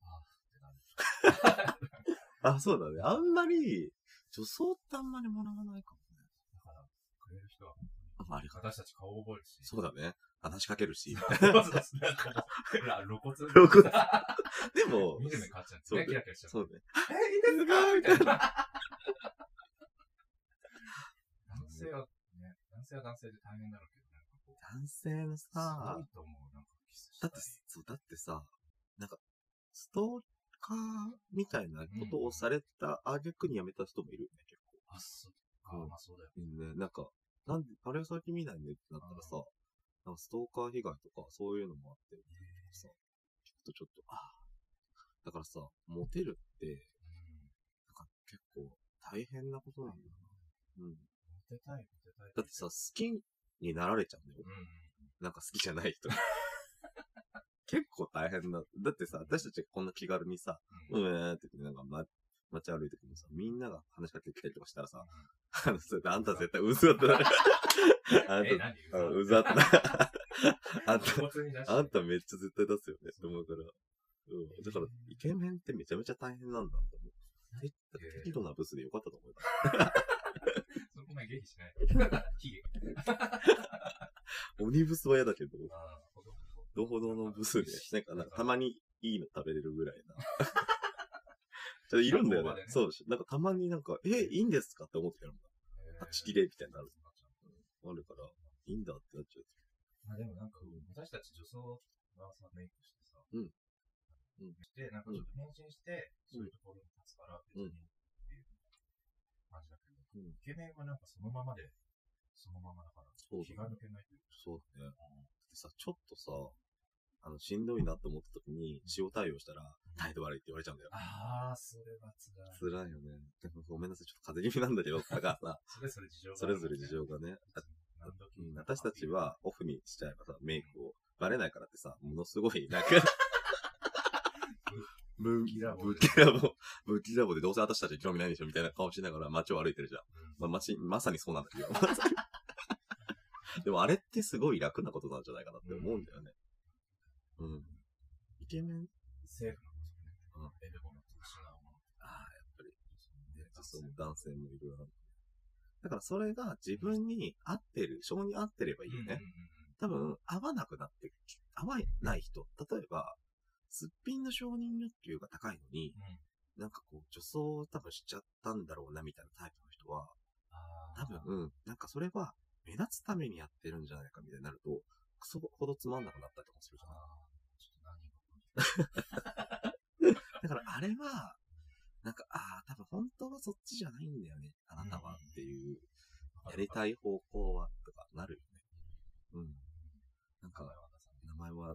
S1: あーってなる。
S2: あ、そうだね。あんまり、女装ってあんまり学ばないかもね。
S1: だから、くれる人は、
S2: あれか。
S1: 私たち顔覚えるし。
S2: そうだね。話しかける し。
S1: そうそうそうなんかもうほら露骨。
S2: 露骨でも、
S1: 見る目変わっちゃう。
S2: そう
S1: ね、キラキラしちゃう。
S2: そうね。
S1: え、いいですかみたいな。男性は、ね、男性は男性で大変だろうけど、なんかこう、
S2: 男性の
S1: す
S2: さ
S1: ごい、と思う。なんかキスした
S2: だっ
S1: り
S2: て、そう、だってさ、なんか、ストーカーみたいなことをされた挙句に辞めた人もいるよね、結構。
S1: あ、そうか。
S2: うん
S1: まあそうだよ。
S2: いるね、なんか、なんで、あれを先見ないねってなったらさ、なんかストーカー被害とか、そういうのもあって、さ、聞くとちょっと、あーだからさ、モテるって、
S1: うん。
S2: なんか結構大変なことなんだよな。うん。
S1: モテたい、モテたい。
S2: だってさ、好きになられちゃうんだよ
S1: う。ん、うん。
S2: なんか好きじゃない人 に。結構大変だ。だってさ、私たちがこんな気軽にさ、う
S1: うん。
S2: ーんって言って、なんか、ま、街歩いててもさ、みんなが話しかけてきたりとかしたらさ、
S1: う
S2: あの、それあんた絶対嘘だって なる。あん
S1: んえ、
S2: た、
S1: 何
S2: うん嘘だって なる。あんた、
S1: 露骨に出して
S2: あんためっちゃ絶対出すよねって思うから。うん。だから、イケメンってめちゃめちゃ大変なんだって思う。適適度なブスでよかったと思うよ。
S1: そこまで下痢しない。 ヒゲ。
S2: 鬼ブスは嫌だけど、
S1: ああ、ほどほど。
S2: どほどのブスで、なんか、なんかたまにいいの食べれるぐらいな。ちょっといるんだよ
S1: そこま
S2: ね
S1: でね。
S2: そうし、なんかたまになんか、え、いいんですかって思ってたら、あ、ちぎれみたいになる。あるから、いいんだってなっちゃう。
S1: まあでもなんか、私たち女装がさ、メイクしてさ、
S2: うんうん
S1: して、なんかちょっと変身して、そういうところに立つから、別に、っていう感じだけど、
S2: うん
S1: イケメンはなんかそのままで、そのままだから、
S2: そうだね
S1: 気が抜けないというか。
S2: そうだね。だってさ、ちょっとさ、あの、しんどいなって思った時に、塩対応したら、態度悪いって言われちゃうんだよ。
S1: ああ、それは辛い。
S2: 辛いよね。でもごめんなさい、ちょっと風邪気味なんだけど、だからさ、
S1: それぞれ事情が
S2: それぞれ事情がね、あ
S1: ある
S2: う
S1: ね
S2: ん私たち、はオフにしちゃえばさ、メイクをバレないからってさ、ものすごい、なんか、ぶ
S1: キラボ
S2: ぶっきらぼう、ぶっきらぼうでどうせ私たち興味ないでしょみたいな顔しながら街を歩いてるじゃん。まあ、街、まさにそうなんだけど。 まさにでもあれってすごい楽なことなんじゃないかなって思うんだよね。うん。イケメン
S1: 政府のこと
S2: うん
S1: ね、エルゴの特殊なもの。
S2: ああ、やっぱり、ね、そう男性もいるなだからそれが自分に合ってる、性に合ってればいいよね。
S1: うんうんうんうん
S2: 多分、合わなくなって、合わない人。例えば、すっぴんの承認欲求が高いのに、
S1: うん
S2: なんかこう、女装を多分しちゃったんだろうな、みたいなタイプの人は、
S1: あー
S2: 多分、うん、なんかそれは、目立つためにやってるんじゃないか、みたいになると、クソほどつまんなくなったりとかするじゃない
S1: あーちょっと何が
S2: だから、あれは、なんか、ああ、多分本当はそっちじゃないんだよね、あなたは、っていう、やりたい方向は、とか、なるよね。うん。なんか、名前は、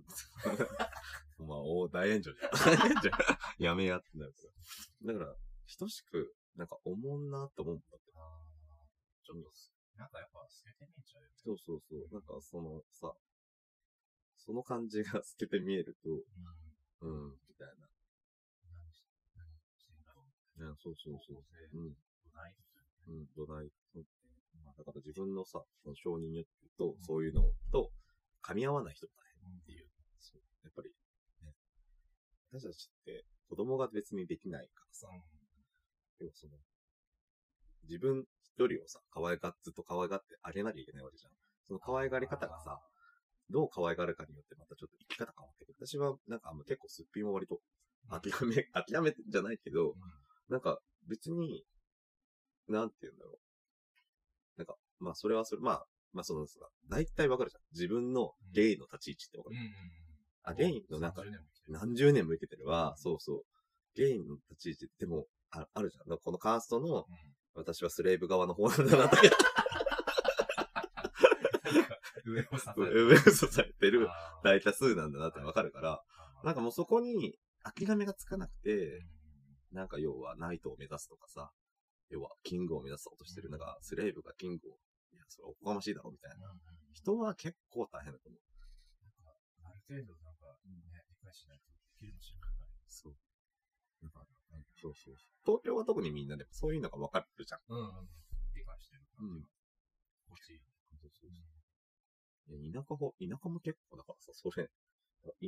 S2: お前、お大炎上じ ゃん。大炎上やめやってなるから。だから、等しく、なんか、おもんなって思うんだって。
S1: あーちょっとす、なんかやっぱ透けて見えちゃうよね。
S2: そうそうそう。なんか、そのさ、その感じが透 けて見える
S1: うん
S2: と、うん、みたい
S1: 何し何してんだろう。
S2: な。うん、そうそうそう。うん、
S1: ないという
S2: うん、土台。うんまあ、だから自分のさ、その承認欲求と、そういうのと、噛み合わない人も大変っていう。そうやっぱり、ね。私たちって、子供が別にできないからさ、
S1: か
S2: 要はその、自分一人をさ、可愛がっ、ずっと可愛がってあげなきゃいけないわけじゃん。その可愛がり方がさ、どう可愛がるかによってまたちょっと生き方変わってくる。私はなんかあの結構すっぴんも割と諦め、諦めてじゃないけど
S1: う、ん
S2: なんか別に、なんて言うんだろう。なんか、まあそれはそれ、まあ、まあそのさ、大体わかるじゃん。自分のゲイの立ち位置ってわか
S1: うん
S2: る。
S1: うんうん
S2: あ、ゲイの中
S1: 30年も生きてる
S2: 何十年も生きてるわ、そうそう。ゲイの立ち位置って、でも、ああるじゃん。このカーストの
S1: うん
S2: 私はスレイブ側の方なんだなとか。
S1: 上を 支える。
S2: 上を支えてる
S1: あー
S2: 大多数なんだなってわかるから、
S1: あー
S2: なんかもうそこに諦めがつかなく
S1: うん
S2: て、なんか要はナイトを目指すとかさ、要はキングを目指そうとしてるのが、スレイブがキングを、いや、それおこがましいだろみたいな。人は結構大変だと思う。
S1: ある程度なんかね、理解しないとできるのしない。
S2: そう。なんかなんかそうそうそう。東京は特にみんなでもそういうのがわかるじゃん。
S1: うん、うん。理解してる感じが欲しい。
S2: そうそうそういや田舎ほ、田舎も結構だからさ、それ、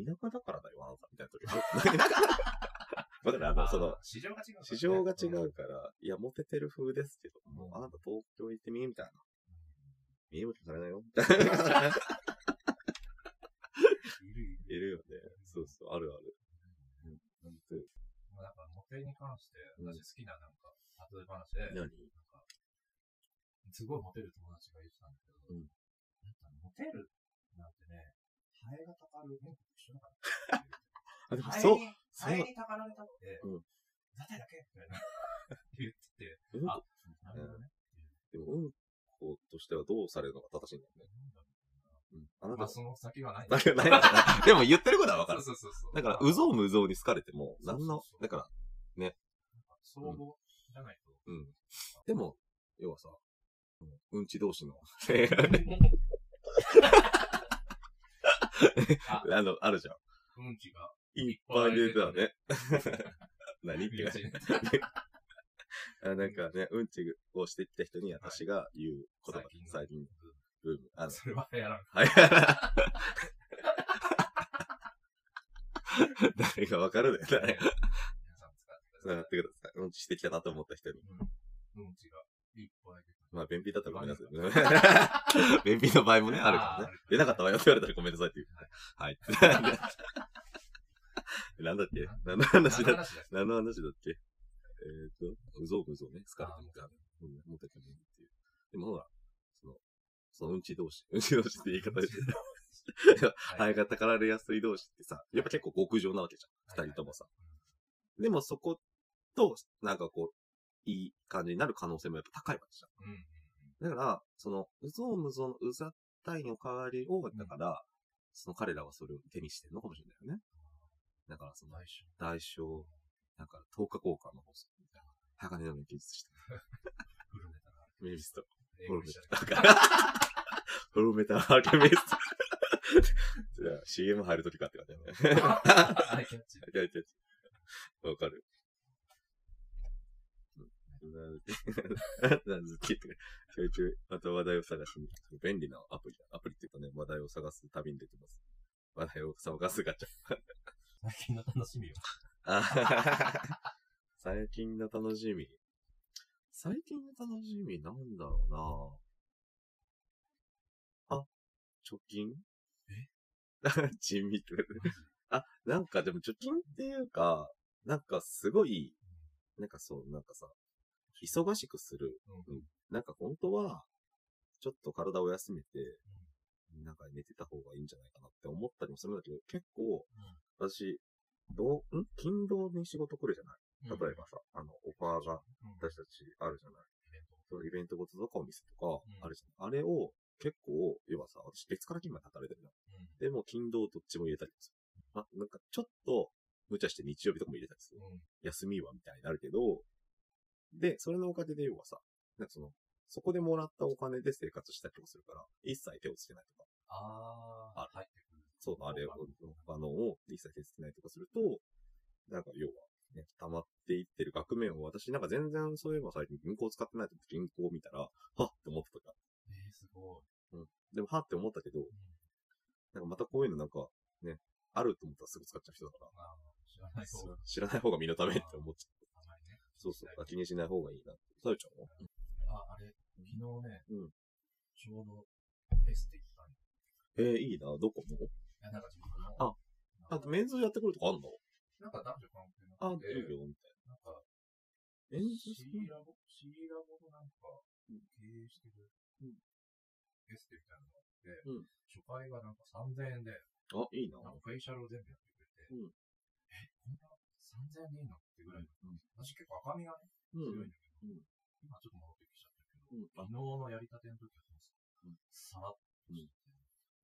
S2: 田舎だからだよ、あなたみたいな 時。なんかわかるあの、その、
S1: 市場が違うからね。
S2: 市場が違
S1: ん
S2: うから、いや、モテてる風ですけど、もう、あなた東京行ってみみたいな。見え向きされないよみたいな。
S1: いるい
S2: い
S1: る。
S2: るよね。そうそう、あるある。うん、本当に
S1: まあなんか、モテに関して、
S2: うん
S1: 私好きななんか、例え話で、なん
S2: 何
S1: か、すごいモテる友達がいてたんだけど、
S2: うん
S1: なんかモテるなんてね、ハエがたかる面と一緒だから。
S2: あ、でも
S1: ハエ
S2: そう、
S1: に、
S2: そう
S1: ハエにたかられたって、
S2: うん
S1: だてだけみたいな。 言ってて、
S2: うん
S1: あ、なるほどね。
S2: でも、うんことしてはどうされるのが正しいんだよね。うん。あな
S1: ま
S2: た
S1: あ、その先はない。
S2: だから ないないでも言ってることはわかる。
S1: そうそうそうそう。
S2: だから、うぞうむぞうに好かれても、
S1: そうそうそう
S2: 何の、だから、
S1: 総合じゃないと。
S2: うん。でも、要はさ、うんち同士の、
S1: あ、
S2: あの、あるじゃん。
S1: うんちが。
S2: いっぱい出たね。 何って感じ。あなんかね、うんちをしてきた人に私が言う言葉、
S1: 最近の
S2: 最近のブーム。あの、
S1: それはやらん。
S2: はい。誰がわかるね。
S1: 皆
S2: 誰が。
S1: さん使ってくださ
S2: 繋が
S1: い
S2: ってください。うんちしてきたなと思った人に。
S1: うん。うんちがいっぱい出た。
S2: まあ、便秘だったらごめんなさい。便秘の場合もね、あるからね。出なかったわよって言われたらごめんなさいって言う。はい。なんだっけ何の話だっけ
S1: だ。
S2: 何の話だっけえっ、と、うぞうむぞうね、疲れてみたら、うん、持っててもいいっていう。でもほら、その、そのうんち同士、うんち同士って言い方で、
S1: は
S2: ハ
S1: い。
S2: エがたかられやすい同士ってさ、やっぱ結構極上なわけじゃん、二人ともさ。でもそこと、なんかこう、いい感じになる可能性もやっぱ高いわけじゃん。
S1: うん。
S2: だから、その、うぞうむぞうのうざったいの代わりを、だから、その彼らはそれを手にしてるのかもしれないよね。だから、その、
S1: 来週。
S2: 代償、なんか、10日交換の法則みたいな。鋼の技術して
S1: フルネタがある。
S2: る。メビスト。
S1: 英
S2: フ
S1: 語
S2: ル
S1: に
S2: メ
S1: した
S2: タ。だから、フルメタアーケミス ト。じゃあ、CM 入るときかって感じだね。
S1: ら。アイキャッチ。
S2: いやいやいやわかる。うんなんずきって、ちょいちょい、また話題を探しに。便利なアプリだ。アプリっていうかね、話題を探す旅に出てます。話題を探すガチャ。
S1: 最近の楽しみを。
S2: あははは最近の楽しみ。最近の楽しみなんだろうなあ、貯金え 地味ってあ、なんかでも貯金っていうか、なんかすごい、なんかそう、なんかさ、忙しくする。
S1: うん
S2: なんか本当は、ちょっと体を休めて、なんか寝てた方がいいんじゃないかなって思ったりもするんだけど、結構、私、どう、ん勤労に仕事来るじゃない例えばさ、あの、オファーが
S1: うん、
S2: 私たちあるじゃないそのイベントごととかお店とか
S1: うん
S2: あるじゃない、あれを結構、要はさ、私月から金まで働いてるの。
S1: うん
S2: でも、勤労どっちも入れたりする。ま、なんか、ちょっと、無茶して日曜日とかも入れたりする。
S1: うん
S2: 休みはみたいになるけど、で、それのおかげで要はさ、なんかその、そこでもらったお金で生活したりとかするから、一切手をつけないとか、
S1: あー、入ってくる。
S2: そう、あれを、あのを一切手をつけないとかすると、なんか要は、ね、溜まっていってる額面を私なんか全然そういえば最近銀行使ってないと思って銀行を見たら、はっって思ってたから。
S1: えー、すご
S2: でもはっって思ったけど、
S1: い。
S2: なんかまたこういうのなんか、ね、あると思ったらすぐ使っちゃう人だから、
S1: まあ、知らない方が
S2: 知らない方が身のためって思っちゃう。
S1: あまりね。
S2: そうそう、気にしない方がいいなって。さゆちゃんは
S1: あ、あれ、昨日ね、
S2: うん
S1: ちょうどエステ行ったん
S2: えー、いいな、どこも
S1: いや、なんか自分の、
S2: あ
S1: な
S2: あ
S1: ん
S2: と
S1: か、
S2: メンズやってくるとかあんの
S1: なんか男女関係な
S2: あ、
S1: くて、
S2: いいよ、みたい
S1: なんか、
S2: な。メンズ
S1: シーラボ、シーラボのなんか、経営してる、
S2: うん
S1: エステみたいなのがあって、
S2: うん
S1: 初回がなんか3000円で、
S2: あ、いいな。
S1: なんかフェイシャルを全部やってくれて、
S2: うん
S1: え、こんな3000円でいいのってぐらいの、私結構赤みがね、強いんだ
S2: うん。
S1: けど、
S2: うん
S1: 今ちょっと戻ってきちゃったけど、
S2: うんあ
S1: 昨日のやりたての時は
S2: うん
S1: さらっとしてて、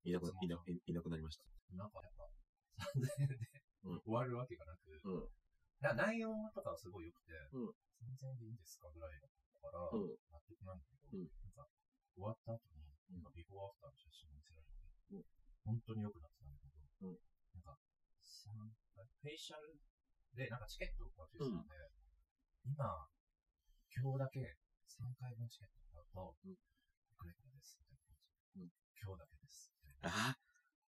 S2: いなくな、いな、いなくなりました。
S1: なんかやっぱ、3000円で
S2: うん
S1: 終わるわけがなく、
S2: うん。
S1: な内容とかはすごい良くて、
S2: うん
S1: 3000円でいいんですかぐらいだから、
S2: うん
S1: 納得なんだけど、
S2: うん
S1: なんか、終わった後に、な
S2: うん
S1: んかビフォーアフターの写真を見せられて、
S2: うん
S1: 本当に良くなってたんだけど、
S2: うん
S1: なんか、さんフェイシャルで、なんかチケットを買ってたんで、今、今日だけ3回分チケットを買うと、い
S2: うん
S1: くらいくらですみたいな感じ、
S2: うん
S1: 今日だけですみたいな
S2: あ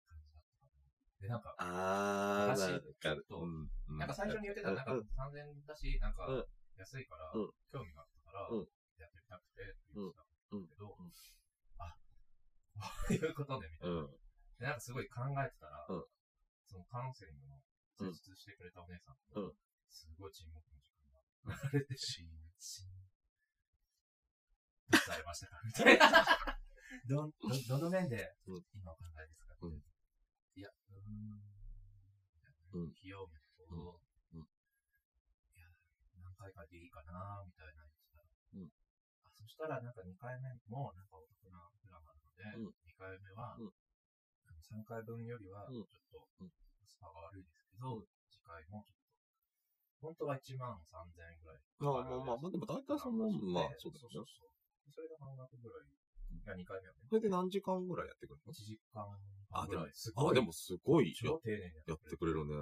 S1: 感じだったかな。で、なんか、
S2: あー、
S1: 私
S2: なん
S1: ちょ
S2: か
S1: っ、と
S2: うん
S1: なんか最初に言ってた、なんか
S2: うん
S1: 3000円だし、なんか
S2: うん
S1: 安いから
S2: うん、
S1: 興味があったから
S2: うん、
S1: やってみたくて、って言ってたんだけど
S2: うんうん、
S1: あ、こういうことね、みた
S2: う
S1: い
S2: ん。
S1: な。で、なんかすごい考えてたら
S2: うん、
S1: そのカウンセリングの通出してくれたお姉さんと
S2: うん、
S1: すごい沈黙の時間が流れ て、シーン、シーン。どうされましたかみたい な。どん、ど、どの面で
S2: うん、
S1: 今お考えですか
S2: うん
S1: いや、うーん。
S2: うん
S1: 費用面と、
S2: うんうん
S1: いや、何回かでいいかな、みたいな言ってたら。
S2: うん
S1: あそしたら、なんか2回目も、なんかお得なプランがあるので、
S2: うん
S1: 2回目は、
S2: うん
S1: 3回分よりは、
S2: う
S1: ちょ
S2: ん
S1: っと
S2: うん、
S1: スパが悪いですけど、次回もちょっと、本当は1万3000円ぐらい。
S2: まあまあまあまあでも大体そのまあそう
S1: そう
S2: だよね
S1: そうそうそれが半額ぐらい。いや、2回目はね。
S2: それで何時間ぐらいやってくれる
S1: 1時間
S2: あ
S1: ぐらい。すご
S2: の
S1: い。
S2: あ、でも、すごいよ
S1: 超。丁寧に
S2: やってくれるね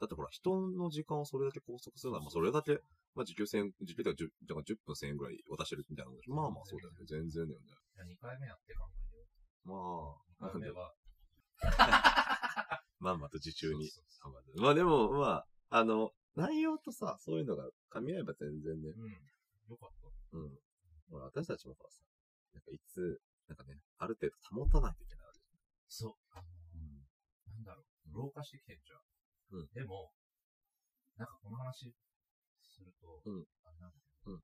S2: だってほら、人の時間をそれだけ拘束するのは、まあそれだけ、まあ時給1000円、時給では 10, だから10分1000円ぐらい渡してるみたいなもんでしょまあまあそうだよね。全然だよね。
S1: いや、2回目やって考えよ
S2: ま
S1: う。2
S2: あ、
S1: 回目は、
S2: まんまと時給に。
S1: そうそう
S2: まあまあでも、まあ、あの、内容とさ、そういうのが噛み合えば全然ね
S1: そう。うん。よかった。
S2: うん。ほら、私たちもほらさ、なんかいつ、なんかね、ある程度保たないといけないわけじ
S1: そう。あの
S2: ゃん。
S1: なんだろう。老化してきてんじゃん。
S2: うん
S1: でも、なんかこの話すると、
S2: うん
S1: あれなんだけど、
S2: うん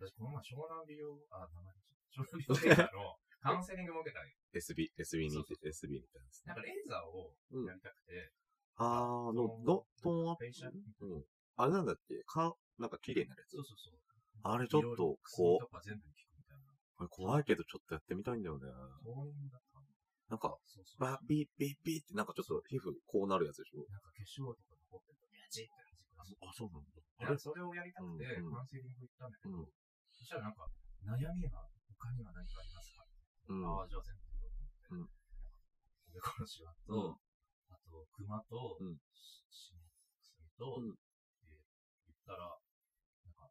S1: 私この前湘南美容、あ、名前湘南美容セ ンターのカウンセリングも受けたんよ
S2: SB、SB に
S1: そ
S2: 行っ
S1: うそう
S2: て、SB に行ったんです
S1: な
S2: ね
S1: ん。かレーザーをやりたくて、
S2: あー、あの、ど、トーンアッ
S1: フェイシャル
S2: プ。うん。あれなんだっけか、なんか綺麗になるやつ
S1: そうそうそう。
S2: あれちょっと
S1: いろいろ薬とか全部効くみたいな。
S2: これ怖いけどちょっとやってみたいんだよね。
S1: 透明だったの
S2: なんか、
S1: そうそう。
S2: バッビービービーってなんかちょっと皮膚こうなるやつでしょ
S1: なんか化粧とか残ってると、ビャチッてな
S2: あ、そうなん
S1: いや、それをやりたくて、
S2: うんうん
S1: カウンセリング行ったんだけ
S2: うん
S1: ど、そしたらなんか、悩みは他には何かありますか
S2: うん
S1: ああ、じゃあ全部
S2: う
S1: 言う
S2: ん
S1: と思って。で、このシワ
S2: う
S1: と、あと、クマと、
S2: うん
S1: しシミ薬と、
S2: うん
S1: えー言ったら、なんか、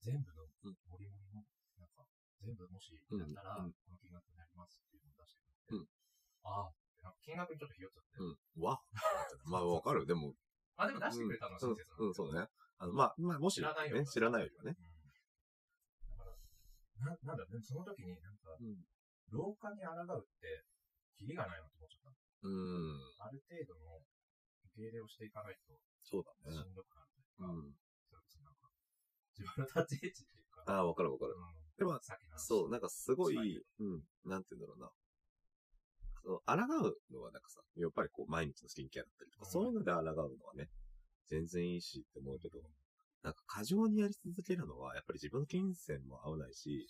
S1: 全部の、
S2: うん
S1: モリモリの、なんか、全部もし、
S2: うん
S1: やったら、
S2: うん
S1: この金額になりますっていうのを出してくれて、
S2: うん
S1: ああ、なんか金額にちょっとひよっちゃって、
S2: うん。うん。わ まあわかる。でも、
S1: まあでも出してくれたのは親切
S2: うん、うん、そうだね。あの、まあ、まあ、もし、
S1: 知らないよ、
S2: ね、知らないよりはね。
S1: うん。だから、な、なんだろうね、その時になんか、
S2: うん。
S1: 老化に抗うって、キリがないなと思っちゃっ
S2: うん。
S1: た。ある程度の受け入れをしていかないと、
S2: そうだ
S1: し
S2: ね。
S1: んどくなる
S2: う
S1: というか、
S2: ん。
S1: それこそなんか、自分の立ち位置っていうか、
S2: ああ、わかるわかる。
S1: うん
S2: でも、
S1: さっきの話
S2: そう、なんかすごい
S1: 辛いけ、
S2: うん、なんて言うんだろうな。その、抗うのはなんかさ、やっぱりこう、毎日のスキンケアだったりとか、
S1: うん
S2: そういうので抗うのはね、全然いいしって思うけど、なんか過剰にやり続けるのは、やっぱり自分の金銭も合わないし、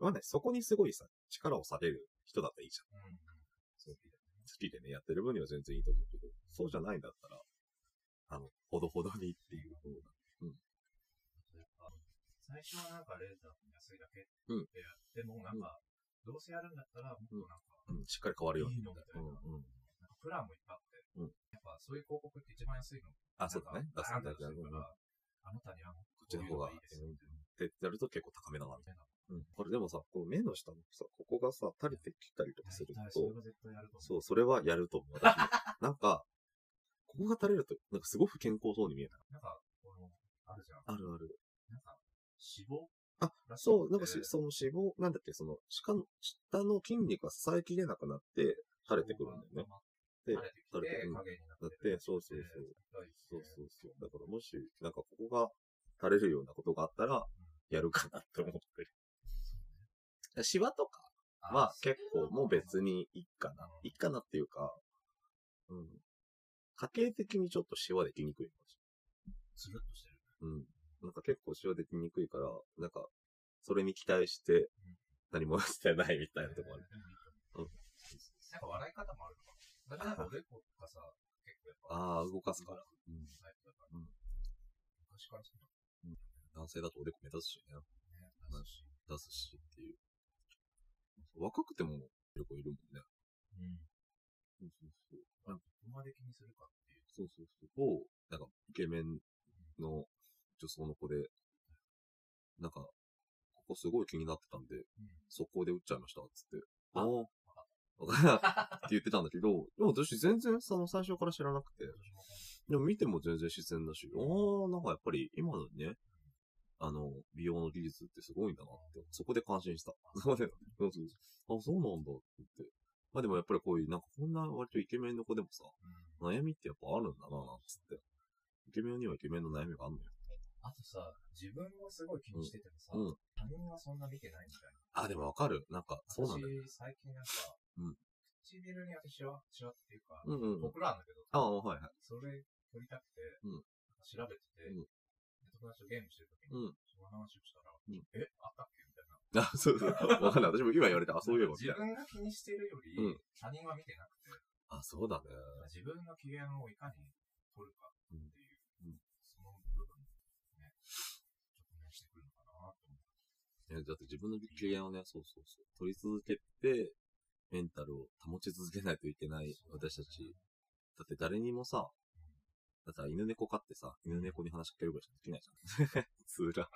S2: 合わない。そこにすごいさ、力をされる人だったらいいじゃん。
S1: うん。
S2: そう
S1: 好きだよね
S2: 好きでね、やってる分には全然いいと思うけど、そうじゃないんだったら、あの、ほどほどにっていう方が。
S1: やっぱ最初はなんかレーザーの安いだけって
S2: うん
S1: やっても、なんか、どうせやるんだったら、もっとなんか、
S2: うん、しっかり変わるよう
S1: いい
S2: に。
S1: のみたいな
S2: うんうん。
S1: なんかプランもいっぱいあって、
S2: うん
S1: やっぱそういう広告って一番安いの。
S2: あ、そうだね。
S1: 出す
S2: 出す
S1: ん
S2: ん
S1: だ
S2: だ
S1: か
S2: け
S1: ら
S2: ど、、
S1: あなたにはもうこ
S2: こっちの方が
S1: ういうのいいです
S2: う
S1: よ
S2: ん
S1: みたいな。
S2: ってやると結構高めだな、みたい
S1: な。
S2: な。うん。これでもさ、この目の下のさ、ここがさ、垂れてきたりとかする
S1: 絶対それ
S2: と、
S1: は絶対やると
S2: そ
S1: 思う。
S2: う、それはやると思う。私もなんか、ここが垂れると、なんかすごく健康そうに見えない。
S1: なんか、この、あるじゃん。
S2: あるある。
S1: なんか、脂肪
S2: あ、
S1: らしくて
S2: そう、なんかし、その脂肪、なんだっけ、その、下の、下の筋肉が支えきれなくなって、垂れてくるんだよね。。で
S1: 垂れてきて、
S2: 垂れてうん
S1: 影にな
S2: だっ
S1: ってる
S2: て、そうそうそう。
S1: 痛いし
S2: そうそうそう。だからもし、なんかここが垂れるようなことがあったら、やるかなって思ってる。シワとか
S1: あ
S2: は結構もう別
S1: に。
S2: にいいかな。いいかなっていうか、うん。家計的にちょっとシワできにくいかもし
S1: つるっとしてる。
S2: れない。うん。なんか結構シワできにくいから、なんか、それに期待して、何もしてないみたいなところある。
S1: うん
S2: うん
S1: なんか笑い方もあるのかな。だからなんかおでこがさ、結構やっぱ、
S2: ああ、動かすから。うん。
S1: タイプだから。
S2: うん
S1: 昔からそうだ
S2: 男性だとおでこ目立つしね。
S1: ね。だし
S2: 出すしっていう。若くても、結構いるもんね。
S1: うん。
S2: そうそうそう。
S1: どこまで気にするかっていう。
S2: そうそうそう。を、なんか、イケメンの女装の子で、なんか、ここすごい気になってたんで、速攻で打っちゃいました、つって。
S1: あ
S2: ああ、わからん って言ってたんだけど、でも私全然その最初から知らなくて、
S1: 私も
S2: でも見ても全然自然だし、ああ、なんかやっぱり今のね、あの、美容の技術ってすごいんだなって、そこで感心した。そこで、そうそうそうあ、そうなんだって言って。まあでもやっぱりこういう、なんかこんな割とイケメンの子でもさ、
S1: うん
S2: 悩みってやっぱあるんだな、なんつって。イケメンにはイケメンの悩みがあるのよ。
S1: あとさ、自分もすごい気にしててもさ、
S2: うんうん
S1: 他人はそんな見てないみたいな。
S2: あ、でもわかる。なんか、そうなんだよ。
S1: 私、最近なんか、
S2: うん
S1: 唇に私は、シワっていうか、
S2: うんうんうん。
S1: 僕らなんだけど、
S2: ああ、はいはい。
S1: それ取りたくて、
S2: うん
S1: なんか調べてて、
S2: うん
S1: で友達とゲームしてる時
S2: う
S1: に、
S2: ん。
S1: その話をしたら、
S2: ん
S1: え、あったっけみたいな。
S2: あ、そうそう。わかんない。私も今言われて、あ、そういえば、みたい
S1: 自
S2: な。
S1: 分が気にしてるより、
S2: うん
S1: 他人は見てなくて、
S2: あ、そうだね。
S1: 自分の機嫌をいかに取るかっていう、
S2: うんうん
S1: その部分ね、直面してくるのかなと思って。
S2: いやだって自分の機嫌をね、そうそうそう。取り続けて、メンタルを保ち続けないといけない私たち。だって誰にもさ、だから犬猫飼ってさ、犬猫に話しかけるぐらいしかできないじゃん。 つら。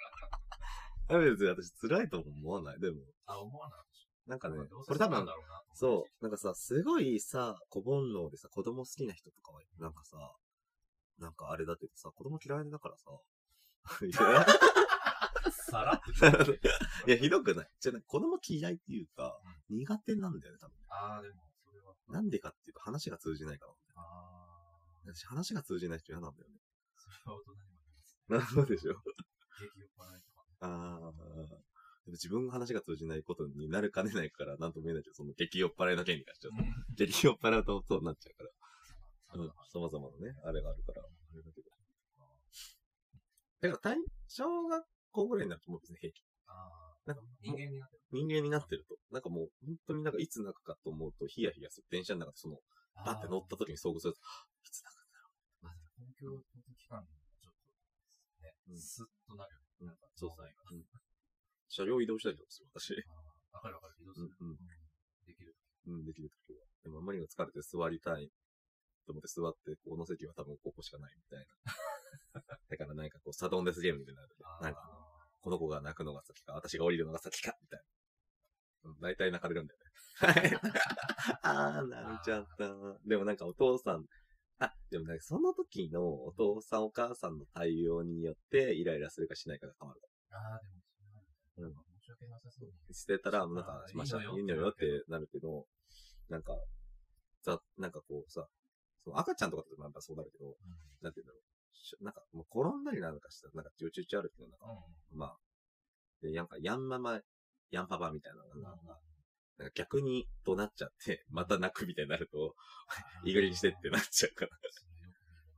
S2: あ別に私辛いとも思わない。でも、
S1: あ、思わないでしょ。
S2: なんかね
S1: まあどう、せ
S2: これ多
S1: そうなん
S2: 分
S1: だ、ろうなと思って
S2: そう、なんかさ、すごいさ、小煩悩でさ、子供好きな人とかは、なんかさ、なんかあれだけどさ、 子供嫌いだからさ、い
S1: さらっと聞いて。
S2: や、いやひどくない。じゃあなんか子供嫌いっていうか、苦手なんだよね、多分。
S1: ああ、でも、それは。
S2: なんでかっていうと話が通じないから。
S1: ああ、
S2: 私話が通じない人嫌なんだよね。
S1: それは大人にも言います。
S2: なんでしょう。
S1: 激酔っ払いとかね。
S2: ああ。でも自分が話が通じないことになるかねないから、なんとも言えないけど、その激酔っ払いの件に関しては、激酔っ払うとそうなっちゃうから。うん。様々なね、あれがあるから。あれだけど。だから、対、小学校ぐらいになるともう別に平気。
S1: あ
S2: な
S1: あ
S2: んか、
S1: 人間になってる。
S2: 人間になってると。なんかもう、本当になんかいつ泣くかと思うとヒヤヒヤする。電車の中でその、バッて乗った時に遭遇すると、はぁいつ泣くんだろ
S1: あー。公共交通機関がちょっと、ね
S2: う、ん
S1: スッとなるよね。
S2: う。
S1: なんか、状態が。
S2: う。ん。車両移動したりとかする、私。
S1: あーわかるわかる。移動する。
S2: うんうん
S1: できる。
S2: うん、できるときは。でもあんまりにも疲れて座りたいと思って座って、この席は多分ここしかないみたい な。だからなんかこう、サドンデスゲームみたいになる
S1: あ。ー
S2: なんかあの、この子が泣くのが先か、私が降りるのが先か、みたいな。うん、大体泣かれるんだよね。 あー、泣いちゃった。でもなんかお父さん、あ、でもなんかその時のお父さんお母さんの対応によってイライラするかしないかが変わる。
S1: ああ、でも、それはあるねな
S2: うん
S1: んか申し訳なさそうに。
S2: 捨てたら、なんか
S1: あ、ー
S2: まあ、しゃ
S1: いいのよ
S2: いいのよってなるけど、なんか、ざ、なんかこうさ、その赤ちゃんとかってやっぱそうなるけど、なんていうんだろう。しなんか、もう転んだりなんかしたら、なんか、ちゅうちゅうちゅうあるけど、なんか、
S1: う
S2: まあ、で、なんか、ヤンママ、ヤンパパみたいなの
S1: ん。
S2: が、
S1: うん
S2: なんか逆に怒鳴っちゃって、 また泣くみたいになると、 いい加減にしてってなっちゃうから、
S1: そ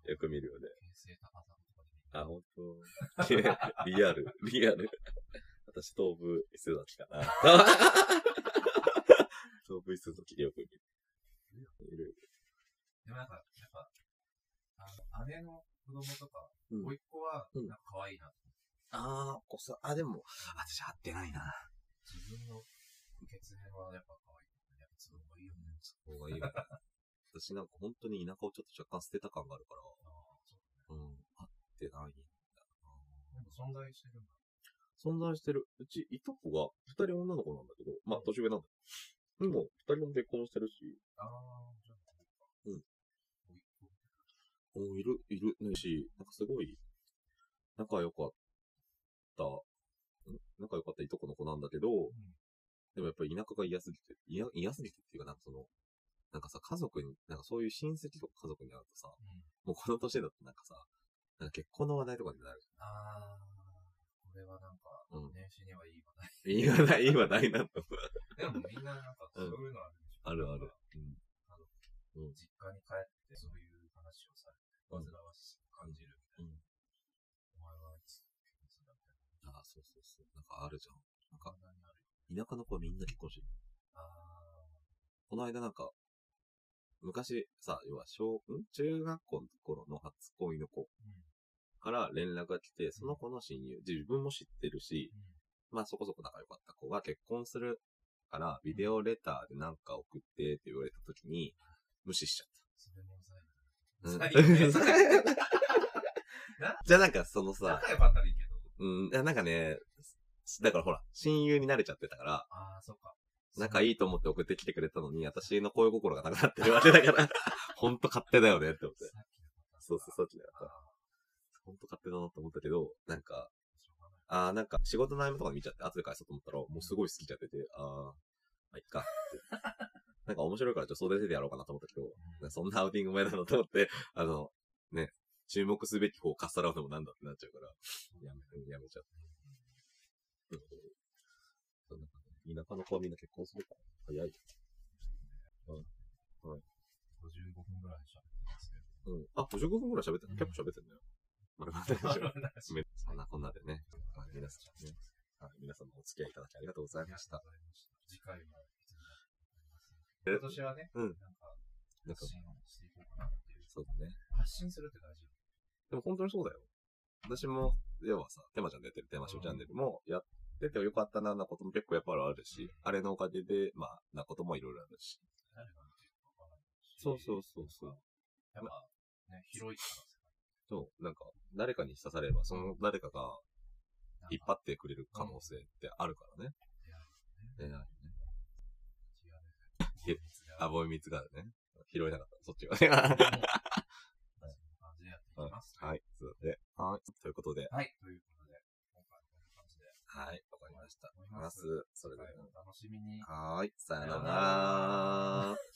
S1: れよく見る
S2: よく見るよね。
S1: 平成高砂とかで見る
S2: あ、ほんと。リアル、リアル。私、東部伊勢崎かな。 東部伊勢崎でよく見る。いる
S1: でもなんか、やっぱ、あの、姉の子供とか、
S2: うん
S1: 甥っ子は、
S2: うん
S1: なんか可愛いなって、
S2: あー、こそ、あ、でも、私会ってないな。
S1: 自分の血縁はやっぱ可愛い。やっぱ都合がいいよね。
S2: そうがいいよ。私なんか本当に田舎をちょっと若干捨てた感があるか
S1: ああ、そう
S2: ら、うん、会ってないんだ
S1: でも存在してるんだ。
S2: な。存在してる。うち、いとこが二人女の子なんだけど、まあ、年上なんだけど。でも、二人とも結婚してるし、
S1: ああ、じゃあ、
S2: うん
S1: 甥っ子。
S2: うん、いる、いる、ね、し、なんかすごい、仲良かった、ん仲良かったいとこの子なんだけど、
S1: ん
S2: でもやっぱり田舎が嫌すぎて、嫌、嫌すぎてっていうか、なんかその、なんかさ、家族に、なんかそういう親戚とか家族になるとさ、
S1: うん。
S2: もうこの年だとなんかさ、なんか結婚の話題とかになる。
S1: ああ、これはなんか、
S2: うん
S1: 年始にはいい 話題。
S2: いい話題、いい話題な の。
S1: でもみんななんか、そういうのあるでしょ。
S2: あるある。
S1: あの
S2: うん。うん。
S1: 実家に帰って、そういう話をされて、煩わしく感じるみたいな。
S2: うん
S1: お前はいつ結婚するんだみたい
S2: ああ、そうそうそう。なんかあるじゃん。
S1: な。簡単にある。
S2: 田舎の子はみんな結婚してる。
S1: ああ、
S2: この間なんか、昔さ、要は小、ん中学校の頃の初恋の子から連絡が来て、その子の親友、自分も知ってるし、まあそこそこ仲良かった子が結婚するから、ビデオレターでなんか送ってって言われた時に、無視しちゃ
S1: それ も
S2: うん
S1: 最後。最後ね
S2: った。 じゃあなんかそのさ、
S1: 仲良かったらいいけど。
S2: うん、いやなんかね、だからほら、親友になれちゃってたから、
S1: ああ、そっか。
S2: 仲いいと思って送ってきてくれたのに、私の恋心がなくなってるわけだから、ほんと勝手だよねって思って。
S1: さっきのこと
S2: そうそう、
S1: そ。
S2: そうっちだよ。
S1: あ
S2: ほんと勝手だなって思ったけど、なんか、
S1: ーしょうがない
S2: あーなんか仕事の合間とかで見ちゃって、後で返そうと思ったら、もうすごい好きちゃってて、あー、まあ、いっかって。なんか面白いから女装で手でやろうかなと思ったけど、
S1: うん
S2: そんなアウティング前だなと思って、あの、ね、注目すべき方をかっさらうのもなんだってなっちゃうから、やめ、やめちゃって。うん田舎の子はみんな結婚するから、早い。
S1: 55分ぐらい喋ってますけど。
S2: うん。あ、55分くらい喋ってんの結構喋ってんだよ。まあ、大丈夫 そんなこんなでね、はい皆さんね、はい皆様お付き合いいただきありがとうございました。
S1: 次回もいつになるかわかりません、今年はね、
S2: うん
S1: なんか
S2: なんか
S1: 発、信していこうかなっていう。
S2: そうだね。
S1: 発信するって大事。
S2: でも本当にそうだよ。私も、要はさ、テマちゃん出てるテマショーチャンネルもやっててよかったな、なことも結構やっぱりあるし、あれのおかげで、まあ、なこともいろいろあるし。
S1: 誰が見てるかわからないし
S2: そうそうそうそう。
S1: やっぱ、ね、広いから
S2: そう、なんか、誰かに刺されば、その誰かが
S1: さ
S2: 引っ張ってくれる可能性ってあるか
S1: な
S2: らね。
S1: んかね
S2: えー
S1: 違うね
S2: えあ、ボイミツがね、拾えなかった、そっち がね。
S1: そんな感じでやっていきます。
S2: はい、そうだね。はい。ということで、
S1: はい。ということで、今回はこんな感じで、
S2: はい、わかりました。
S1: 思い
S2: ま
S1: ます
S2: す。そ
S1: 次
S2: れでは
S1: 回、もお楽しみに。
S2: はーい、さよな
S1: さような
S2: ら。